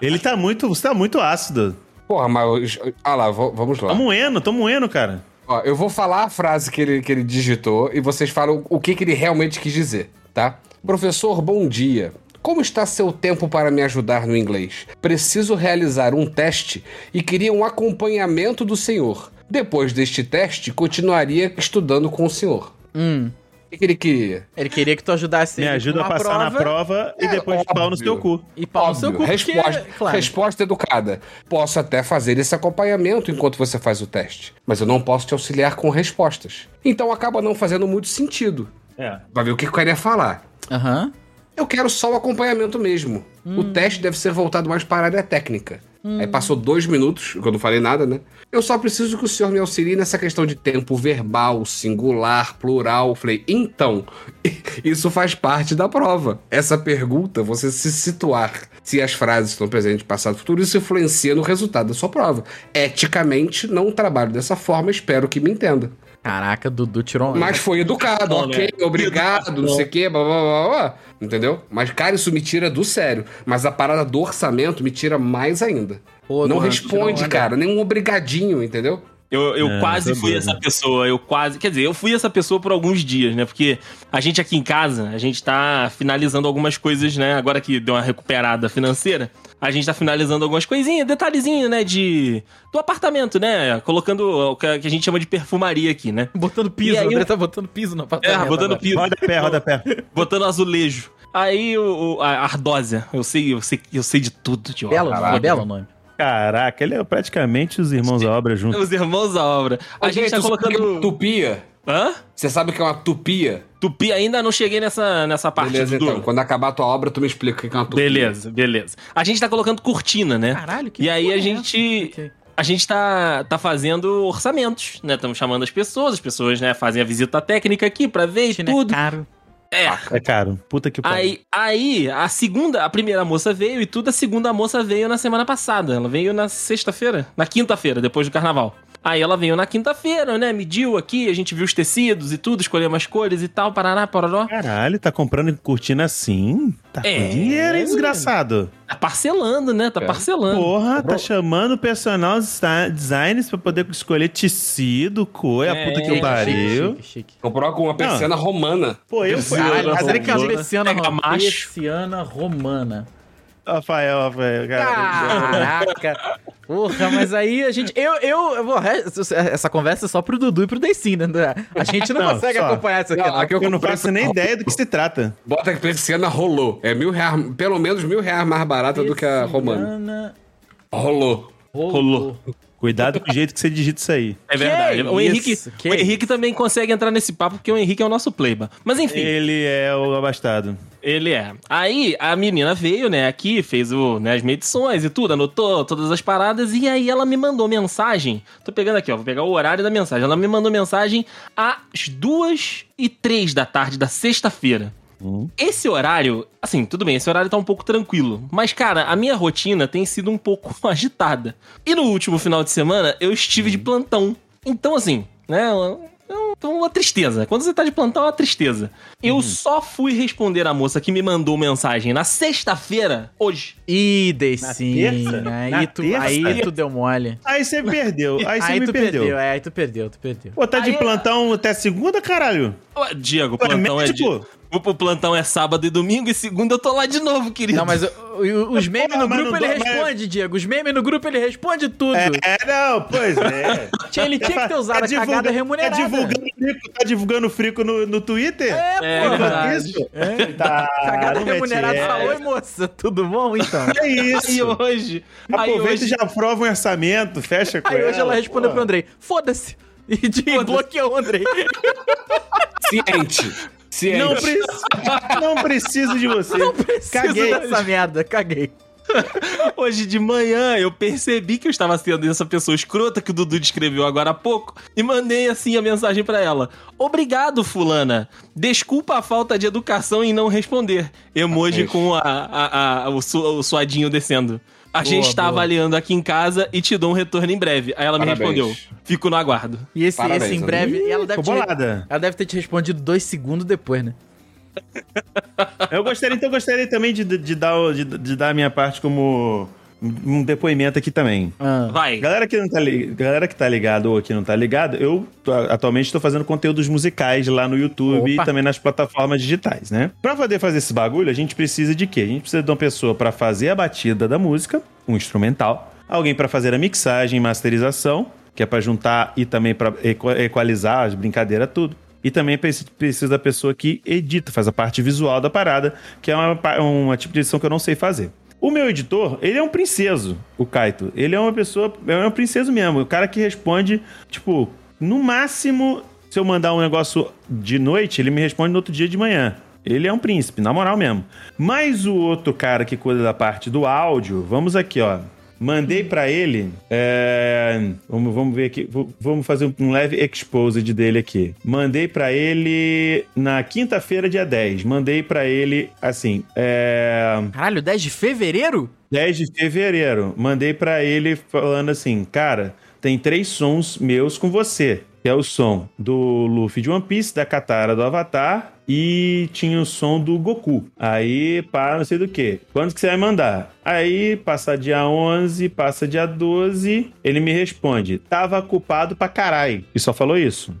Speaker 5: Ele tá muito, você tá muito ácido.
Speaker 6: Porra, mas. Ah lá, vo- vamos lá.
Speaker 5: Tá moendo, tá moendo, cara.
Speaker 6: Ó, eu vou falar a frase que ele, que ele digitou e vocês falam o que, que ele realmente quis dizer, tá? Professor, bom dia. Como está seu tempo para me ajudar no inglês? Preciso realizar um teste e queria um acompanhamento do senhor. Depois deste teste, continuaria estudando com o senhor.
Speaker 2: Hum.
Speaker 6: O que, que ele queria?
Speaker 2: Ele queria que tu ajudasse
Speaker 5: Me
Speaker 2: ele
Speaker 5: ajuda
Speaker 2: com
Speaker 5: a
Speaker 2: uma
Speaker 5: passar na prova e
Speaker 6: É,
Speaker 5: depois pau no
Speaker 6: óbvio.
Speaker 5: seu cu.
Speaker 2: E pau no seu cu, porque, é
Speaker 6: resposta,
Speaker 2: claro.
Speaker 6: resposta educada. Posso até fazer esse acompanhamento enquanto você faz o teste, mas eu não posso te auxiliar com respostas. Então acaba não fazendo muito sentido.
Speaker 5: É.
Speaker 6: Vai ver o que que o cara ia falar.
Speaker 2: Aham.
Speaker 6: Eu quero só o acompanhamento mesmo. O teste deve ser voltado mais para a área técnica. Aí passou dois minutos, que eu não falei nada, né? Eu só preciso que o senhor me auxilie nessa questão de tempo verbal, singular, plural. Falei, então, isso faz parte da prova. Essa pergunta, você se situar se as frases estão presentes, passado, futuro, isso influencia no resultado da sua prova. Eticamente, não trabalho dessa forma, espero que me entenda.
Speaker 2: Caraca, Dudu tirou um.
Speaker 6: Mas foi educado,
Speaker 3: Bom,
Speaker 6: ok,
Speaker 3: né?
Speaker 6: obrigado, não sei o que, blá, blá, blá, blá, entendeu? Mas, cara, isso me tira do sério. Mas a parada do orçamento me tira mais ainda.
Speaker 2: Pô,
Speaker 6: não
Speaker 2: Dudu,
Speaker 6: responde,
Speaker 2: tirou onda.
Speaker 6: cara, nenhum obrigadinho, entendeu?
Speaker 3: Eu, eu
Speaker 5: É,
Speaker 3: quase
Speaker 5: tá
Speaker 3: fui
Speaker 5: doido.
Speaker 3: essa pessoa, eu quase. Quer dizer, eu fui essa pessoa por alguns dias, né? Porque a gente aqui em casa, a gente tá finalizando algumas coisas, né? Agora que deu uma recuperada financeira, a gente tá finalizando algumas coisinhas, detalhezinho, né? De. Do apartamento, né? Colocando o que a que a gente chama de perfumaria aqui, né?
Speaker 2: Botando piso,
Speaker 3: E aí
Speaker 2: o André
Speaker 3: eu-
Speaker 2: tá botando piso na
Speaker 3: É,
Speaker 2: patada.
Speaker 3: botando piso.
Speaker 5: Roda pé, roda pé.
Speaker 3: botando azulejo. Aí o, o- a Ardósia, eu sei, eu sei, eu sei de tudo, de obra.
Speaker 2: Belo, nome,
Speaker 6: Caraca.
Speaker 2: belo nome.
Speaker 5: Caraca, ele é praticamente os irmãos à obra juntos.
Speaker 3: Os irmãos à obra. A
Speaker 6: Ô,
Speaker 3: gente tá
Speaker 6: tu sabe o que é uma
Speaker 3: colocando.
Speaker 6: Tupia.
Speaker 3: Hã?
Speaker 6: Você sabe o que é uma tupia?
Speaker 3: Tupi, ainda não cheguei nessa, nessa parte
Speaker 6: beleza,
Speaker 3: Dudu.
Speaker 6: então. Quando acabar a tua obra, tu me explica o que é uma tupia.
Speaker 3: Beleza, beleza. A gente tá colocando cortina, né?
Speaker 2: Caralho, que
Speaker 3: E aí
Speaker 2: porra
Speaker 3: a
Speaker 2: é
Speaker 3: gente-
Speaker 2: essa? Ok.
Speaker 3: A gente tá, tá fazendo orçamentos, né? Estamos chamando as pessoas, as pessoas, né, fazem a visita técnica aqui pra ver e
Speaker 2: China é
Speaker 3: tudo.
Speaker 2: caro.
Speaker 3: É.
Speaker 5: É caro. Puta que pariu.
Speaker 3: Aí, aí, a segunda, a primeira moça veio e tudo, a segunda moça veio na semana passada. Ela veio na sexta-feira, na quinta-feira, depois do carnaval. Aí ela veio na quinta-feira, né? Mediu aqui, a gente viu os tecidos e tudo, escolhemos as cores e tal, parará, parará.
Speaker 5: Caralho, tá comprando cortina assim? Tá com
Speaker 3: É,
Speaker 5: dinheiro, hein,
Speaker 3: menino.
Speaker 5: desgraçado?
Speaker 3: Tá parcelando, né? Tá
Speaker 6: É.
Speaker 3: parcelando.
Speaker 5: Porra, tá chamando personal desi- designers pra poder escolher tecido, cor, a
Speaker 3: É,
Speaker 5: puta que
Speaker 3: é,
Speaker 5: eu pariu.
Speaker 2: Chique, chique.
Speaker 6: Comprou com uma persiana romana.
Speaker 5: Pô, eu fui.
Speaker 2: Caralho,
Speaker 5: Mas
Speaker 3: né?
Speaker 5: é
Speaker 2: André
Speaker 5: que
Speaker 2: Carlos,
Speaker 5: eu-
Speaker 2: Persiana
Speaker 3: Pega
Speaker 2: Rom-
Speaker 3: macho.
Speaker 2: Persiana romana.
Speaker 5: Rafael, Rafael,
Speaker 3: Ah,
Speaker 5: cara.
Speaker 2: Caraca! Porra, mas aí a gente. Eu, eu, eu vou- Essa conversa é só pro Dudu e pro Deicin, né? André? A gente não,
Speaker 5: Não,
Speaker 2: consegue
Speaker 5: só.
Speaker 2: acompanhar isso aqui,
Speaker 6: Não,
Speaker 2: não.
Speaker 6: aqui
Speaker 5: é Eu não
Speaker 6: comprei
Speaker 5: faço
Speaker 6: essa-
Speaker 5: nem ideia do que se trata.
Speaker 6: Bota que persiana rolou. É mil reais, pelo menos mil reais mais barata do que
Speaker 5: é
Speaker 6: a romana.
Speaker 2: Persiana
Speaker 6: Rolou.
Speaker 2: Rolou.
Speaker 5: Cuidado com o jeito que você digita isso aí.
Speaker 3: É verdade.
Speaker 2: Que
Speaker 3: o, Henrique,
Speaker 2: isso, que
Speaker 3: o Henrique também consegue entrar nesse papo, porque o Henrique é o nosso playba. Mas enfim,
Speaker 5: Ele é o abastado.
Speaker 3: ele é. Aí a menina veio, né, aqui, fez o, né, as medições e tudo, anotou todas as paradas, e aí ela me mandou mensagem. Tô pegando aqui, ó, vou pegar o horário da mensagem. Ela me mandou mensagem às duas e três da tarde da sexta-feira. Esse horário, assim, tudo bem, esse horário tá um pouco tranquilo. Mas, cara, a minha rotina tem sido um pouco agitada. E no último final de semana, eu estive de
Speaker 5: Uhum.
Speaker 3: plantão. Então, assim, né? é um- Então, uma tristeza. Quando você tá de plantão, é uma tristeza.
Speaker 5: Uhum.
Speaker 3: Eu só fui responder a moça que me mandou mensagem na sexta-feira, hoje.
Speaker 2: Ih, dei
Speaker 5: Na
Speaker 2: sim.
Speaker 5: terça?
Speaker 2: Aí,
Speaker 5: Na
Speaker 2: tu,
Speaker 5: terça?
Speaker 2: aí tu deu mole.
Speaker 5: Aí você perdeu, aí você me
Speaker 2: tu
Speaker 5: perdeu.
Speaker 2: é, aí tu perdeu, tu perdeu.
Speaker 5: Pô, tá de
Speaker 3: Aí é-
Speaker 5: plantão até segunda, caralho?
Speaker 3: Ué, Diego, o
Speaker 5: Ué,
Speaker 3: plantão é.
Speaker 5: médico?
Speaker 3: di- O o plantão é sábado e domingo, e segunda eu tô lá de novo, querido.
Speaker 2: Não, mas o- o- os memes no
Speaker 5: mas
Speaker 2: grupo
Speaker 5: não
Speaker 2: ele
Speaker 5: dá- mas-
Speaker 2: responde, Diego. Os memes no grupo ele responde tudo.
Speaker 5: É, não, pois é.
Speaker 2: Tinha- Ele tinha que ter usado a
Speaker 5: divulga-
Speaker 2: cagada remunerada.
Speaker 5: Tá divulgando frico, tá divulgando frico no, no Twitter?
Speaker 2: É,
Speaker 3: É,
Speaker 2: pô.
Speaker 3: verdade.
Speaker 5: isso?
Speaker 2: É.
Speaker 5: Tá,
Speaker 2: Cagada
Speaker 5: não mete
Speaker 2: remunerada
Speaker 5: essa.
Speaker 2: fala, oi moça, tudo bom então?
Speaker 5: É
Speaker 3: Aí
Speaker 5: isso.
Speaker 3: hoje. aí
Speaker 5: Aproveita
Speaker 3: hoje...
Speaker 5: e já aprova o orçamento, fecha com
Speaker 2: Aí hoje ela respondeu
Speaker 5: pô.
Speaker 2: pro Andrei, foda-se. E de- bloqueou o Andrei.
Speaker 6: Ciente. Ciente.
Speaker 5: Não, preciso, não preciso de você.
Speaker 2: Não preciso
Speaker 5: Caguei.
Speaker 2: dessa merda, caguei.
Speaker 3: Hoje de manhã eu percebi que eu estava sendo essa pessoa escrota que o Dudu descreveu agora há pouco e mandei assim a mensagem pra ela. Obrigado, fulana. Desculpa a falta de educação em não responder. Emoji com a, a- a- o, su- o suadinho descendo. A gente está
Speaker 2: boa.
Speaker 3: avaliando aqui em casa e te dou um retorno em breve. Aí ela me
Speaker 6: Parabéns.
Speaker 3: respondeu. Fico no aguardo.
Speaker 2: E esse,
Speaker 6: Parabéns,
Speaker 2: esse em
Speaker 6: Andrei.
Speaker 2: breve, ela deve,
Speaker 5: Ficou
Speaker 2: te,
Speaker 5: bolada.
Speaker 2: ela deve ter te respondido dois segundos depois, né?
Speaker 5: Eu gostaria, então eu gostaria também de, de, dar, o- de, de dar a minha parte como um depoimento aqui também.
Speaker 2: Ah.
Speaker 3: Vai.
Speaker 5: Galera que, não tá li- galera que tá ligado ou que não tá ligado, eu tô- atualmente estou fazendo conteúdos musicais lá no YouTube
Speaker 2: Opa.
Speaker 5: e também nas plataformas digitais, né? Pra poder fazer esse bagulho, a gente precisa de quê? A gente precisa de uma pessoa pra fazer a batida da música, um instrumental, alguém pra fazer a mixagem e masterização, que é pra juntar e também pra equa- equalizar as brincadeiras, tudo. E também preci- precisa da pessoa que edita, faz a parte visual da parada, que é uma, pa- uma tipo de edição que eu não sei fazer. O meu editor, ele é um princeso, o Kaito. Ele é uma pessoa, é um princeso mesmo. O cara que responde, tipo, no máximo, se eu mandar um negócio de noite, ele me responde no outro dia de manhã. Ele é um príncipe, na moral mesmo. Mas o outro cara que cuida da parte do áudio, vamos aqui, ó. Mandei pra ele. é, vamos, vamos ver aqui. v- Vamos fazer um leve exposed dele aqui. Mandei pra ele na quinta-feira, dia 10. Mandei pra ele assim. é,
Speaker 2: Caralho, 10 de fevereiro?
Speaker 5: 10 de fevereiro. Mandei pra ele falando assim: Cara, tem três sons meus com você. Que é o som do Luffy de One Piece, da Katara do Avatar e tinha o som do Goku. Aí, pá, não sei do que. Quando que você vai mandar? Aí, passa dia 11, passa dia 12, ele me responde: Tava culpado pra caralho. E só falou isso.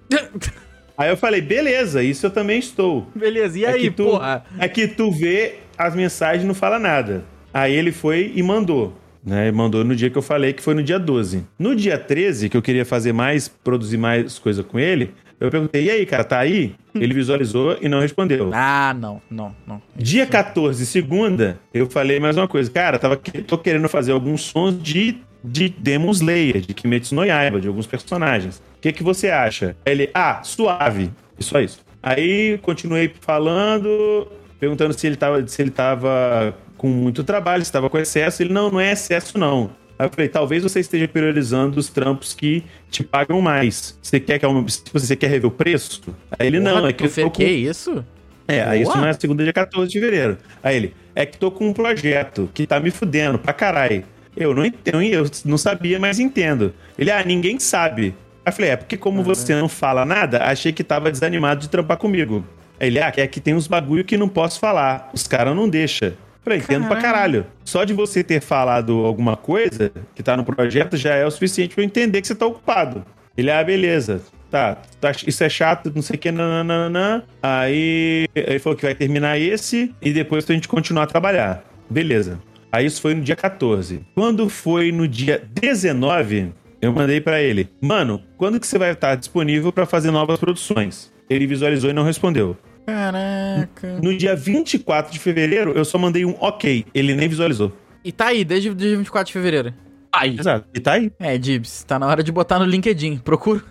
Speaker 5: Aí eu falei: Beleza, isso eu também estou.
Speaker 2: Beleza, e
Speaker 5: É
Speaker 2: aí,
Speaker 5: que tu-
Speaker 2: porra?
Speaker 5: É que tu vê as mensagens e não fala nada. Aí ele foi e mandou. Né, E mandou no dia que eu falei, que foi no dia 12. No dia 13, que eu queria fazer mais, produzir mais coisa com ele, eu perguntei: e aí, cara, tá aí?
Speaker 2: Hum.
Speaker 5: Ele visualizou e não respondeu.
Speaker 2: Ah, não, não, não.
Speaker 5: Dia 14, segunda, eu falei mais uma coisa. Cara, tava que- tô querendo fazer alguns sons de, de Demon Slayer, de Kimetsu no Yaiba, de alguns personagens. O que, que você acha? Aí Ele, ah, suave. E Só isso. Aí continuei falando, perguntando se ele tava, se ele tava com muito trabalho, se tava com excesso. Ele, não, não é excesso não. Aí eu falei, talvez você esteja priorizando os trampos que te pagam mais. Você quer que aumente- tipo, você quer rever o preço? Aí ele, não,
Speaker 2: Porra,
Speaker 5: é que
Speaker 2: tu
Speaker 5: eu
Speaker 2: fez-
Speaker 5: tô com
Speaker 2: Que isso?
Speaker 5: é, aí
Speaker 2: Boa.
Speaker 5: isso não é segunda, dia 14 de fevereiro. Aí ele, é que tô com um projeto que tá me fudendo pra caralho. Eu não entendo, eu não sabia, mas entendo. Ele, ah, ninguém sabe. Aí eu falei, é porque como você não fala nada, achei que tava desanimado de trampar comigo. Aí ele, ah, é que tem uns bagulho que não posso falar, os caras não deixam. Falei, entendo pra caralho. Só de você ter falado alguma coisa que tá no projeto já é o suficiente pra eu entender que você tá ocupado. Ele, ah, beleza. Tá, tá, isso é chato, não sei o que, nananana. Aí ele falou que vai terminar esse e depois pra gente continuar a trabalhar. Beleza. Aí isso foi no dia 14. Quando foi no dia 19, eu mandei pra ele: Mano, quando que você vai estar disponível pra fazer novas produções? Ele visualizou e não respondeu.
Speaker 2: Caraca.
Speaker 5: No dia 24 de fevereiro, eu só mandei um ok. Ele nem visualizou.
Speaker 2: E tá aí, desde o dia 24 de fevereiro.
Speaker 3: Ai.
Speaker 5: Exato. E tá aí.
Speaker 2: É, Dibs, tá na hora de botar no LinkedIn. Procura.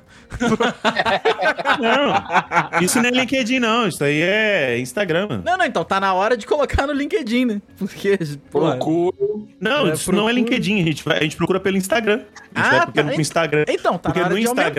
Speaker 5: Ah, Não. Isso não é LinkedIn, não. Isso aí é Instagram, mano.
Speaker 2: Não, não, então tá na hora de colocar no LinkedIn, né? Porque, porra.
Speaker 6: Procuro.
Speaker 5: Não,
Speaker 2: É,
Speaker 5: isso não
Speaker 2: procura-
Speaker 5: é LinkedIn, a gente, vai- a gente procura pelo Instagram. A gente
Speaker 2: Ah,
Speaker 5: vai
Speaker 2: tá.
Speaker 5: procurando pro Instagram.
Speaker 2: Então, tá
Speaker 5: porque
Speaker 2: na hora
Speaker 5: no
Speaker 2: de aumentar.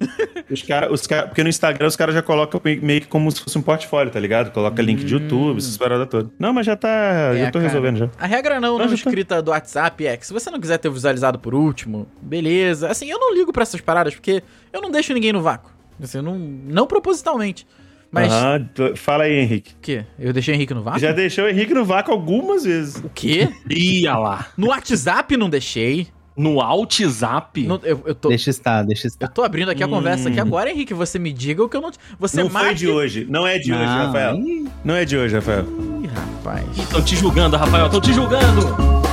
Speaker 5: Instagram, Os cara, os cara, porque no Instagram os caras já colocam meio que como se fosse um portfólio, tá ligado? Coloca link de YouTube, essas paradas todas. Não, mas já tá.
Speaker 2: Hum. É,
Speaker 5: já tô
Speaker 2: cara.
Speaker 5: resolvendo já.
Speaker 2: A regra não,
Speaker 5: Mas
Speaker 2: não
Speaker 5: eu tô-
Speaker 2: escrita do WhatsApp é que se você não quiser ter visualizado por último, beleza. Assim, eu não ligo pra essas paradas porque eu não deixo ninguém no vácuo. Assim, eu não, não propositalmente. Mas Ah? o
Speaker 5: Aham, tu- fala aí, Henrique.
Speaker 2: quê? Eu deixei o Henrique no vácuo?
Speaker 5: Já deixou o Henrique no vácuo algumas vezes.
Speaker 2: O quê?
Speaker 3: Ia lá.
Speaker 2: No WhatsApp não deixei.
Speaker 3: No WhatsApp?
Speaker 2: No- eu, eu tô,
Speaker 4: Então, Deixa estar, deixa tá.
Speaker 2: eu
Speaker 4: estar.
Speaker 2: tô abrindo aqui a conversa aqui agora, Henrique. Você me diga o que eu não. Você
Speaker 5: Hum.
Speaker 2: é
Speaker 5: não foi
Speaker 2: marque-
Speaker 5: de hoje. Não é de hoje,
Speaker 4: Não,
Speaker 5: Rafael.
Speaker 4: aí-
Speaker 5: Não é de hoje, Rafael.
Speaker 2: Ih, rapaz.
Speaker 3: Estão te julgando, Rafael. Estão te julgando.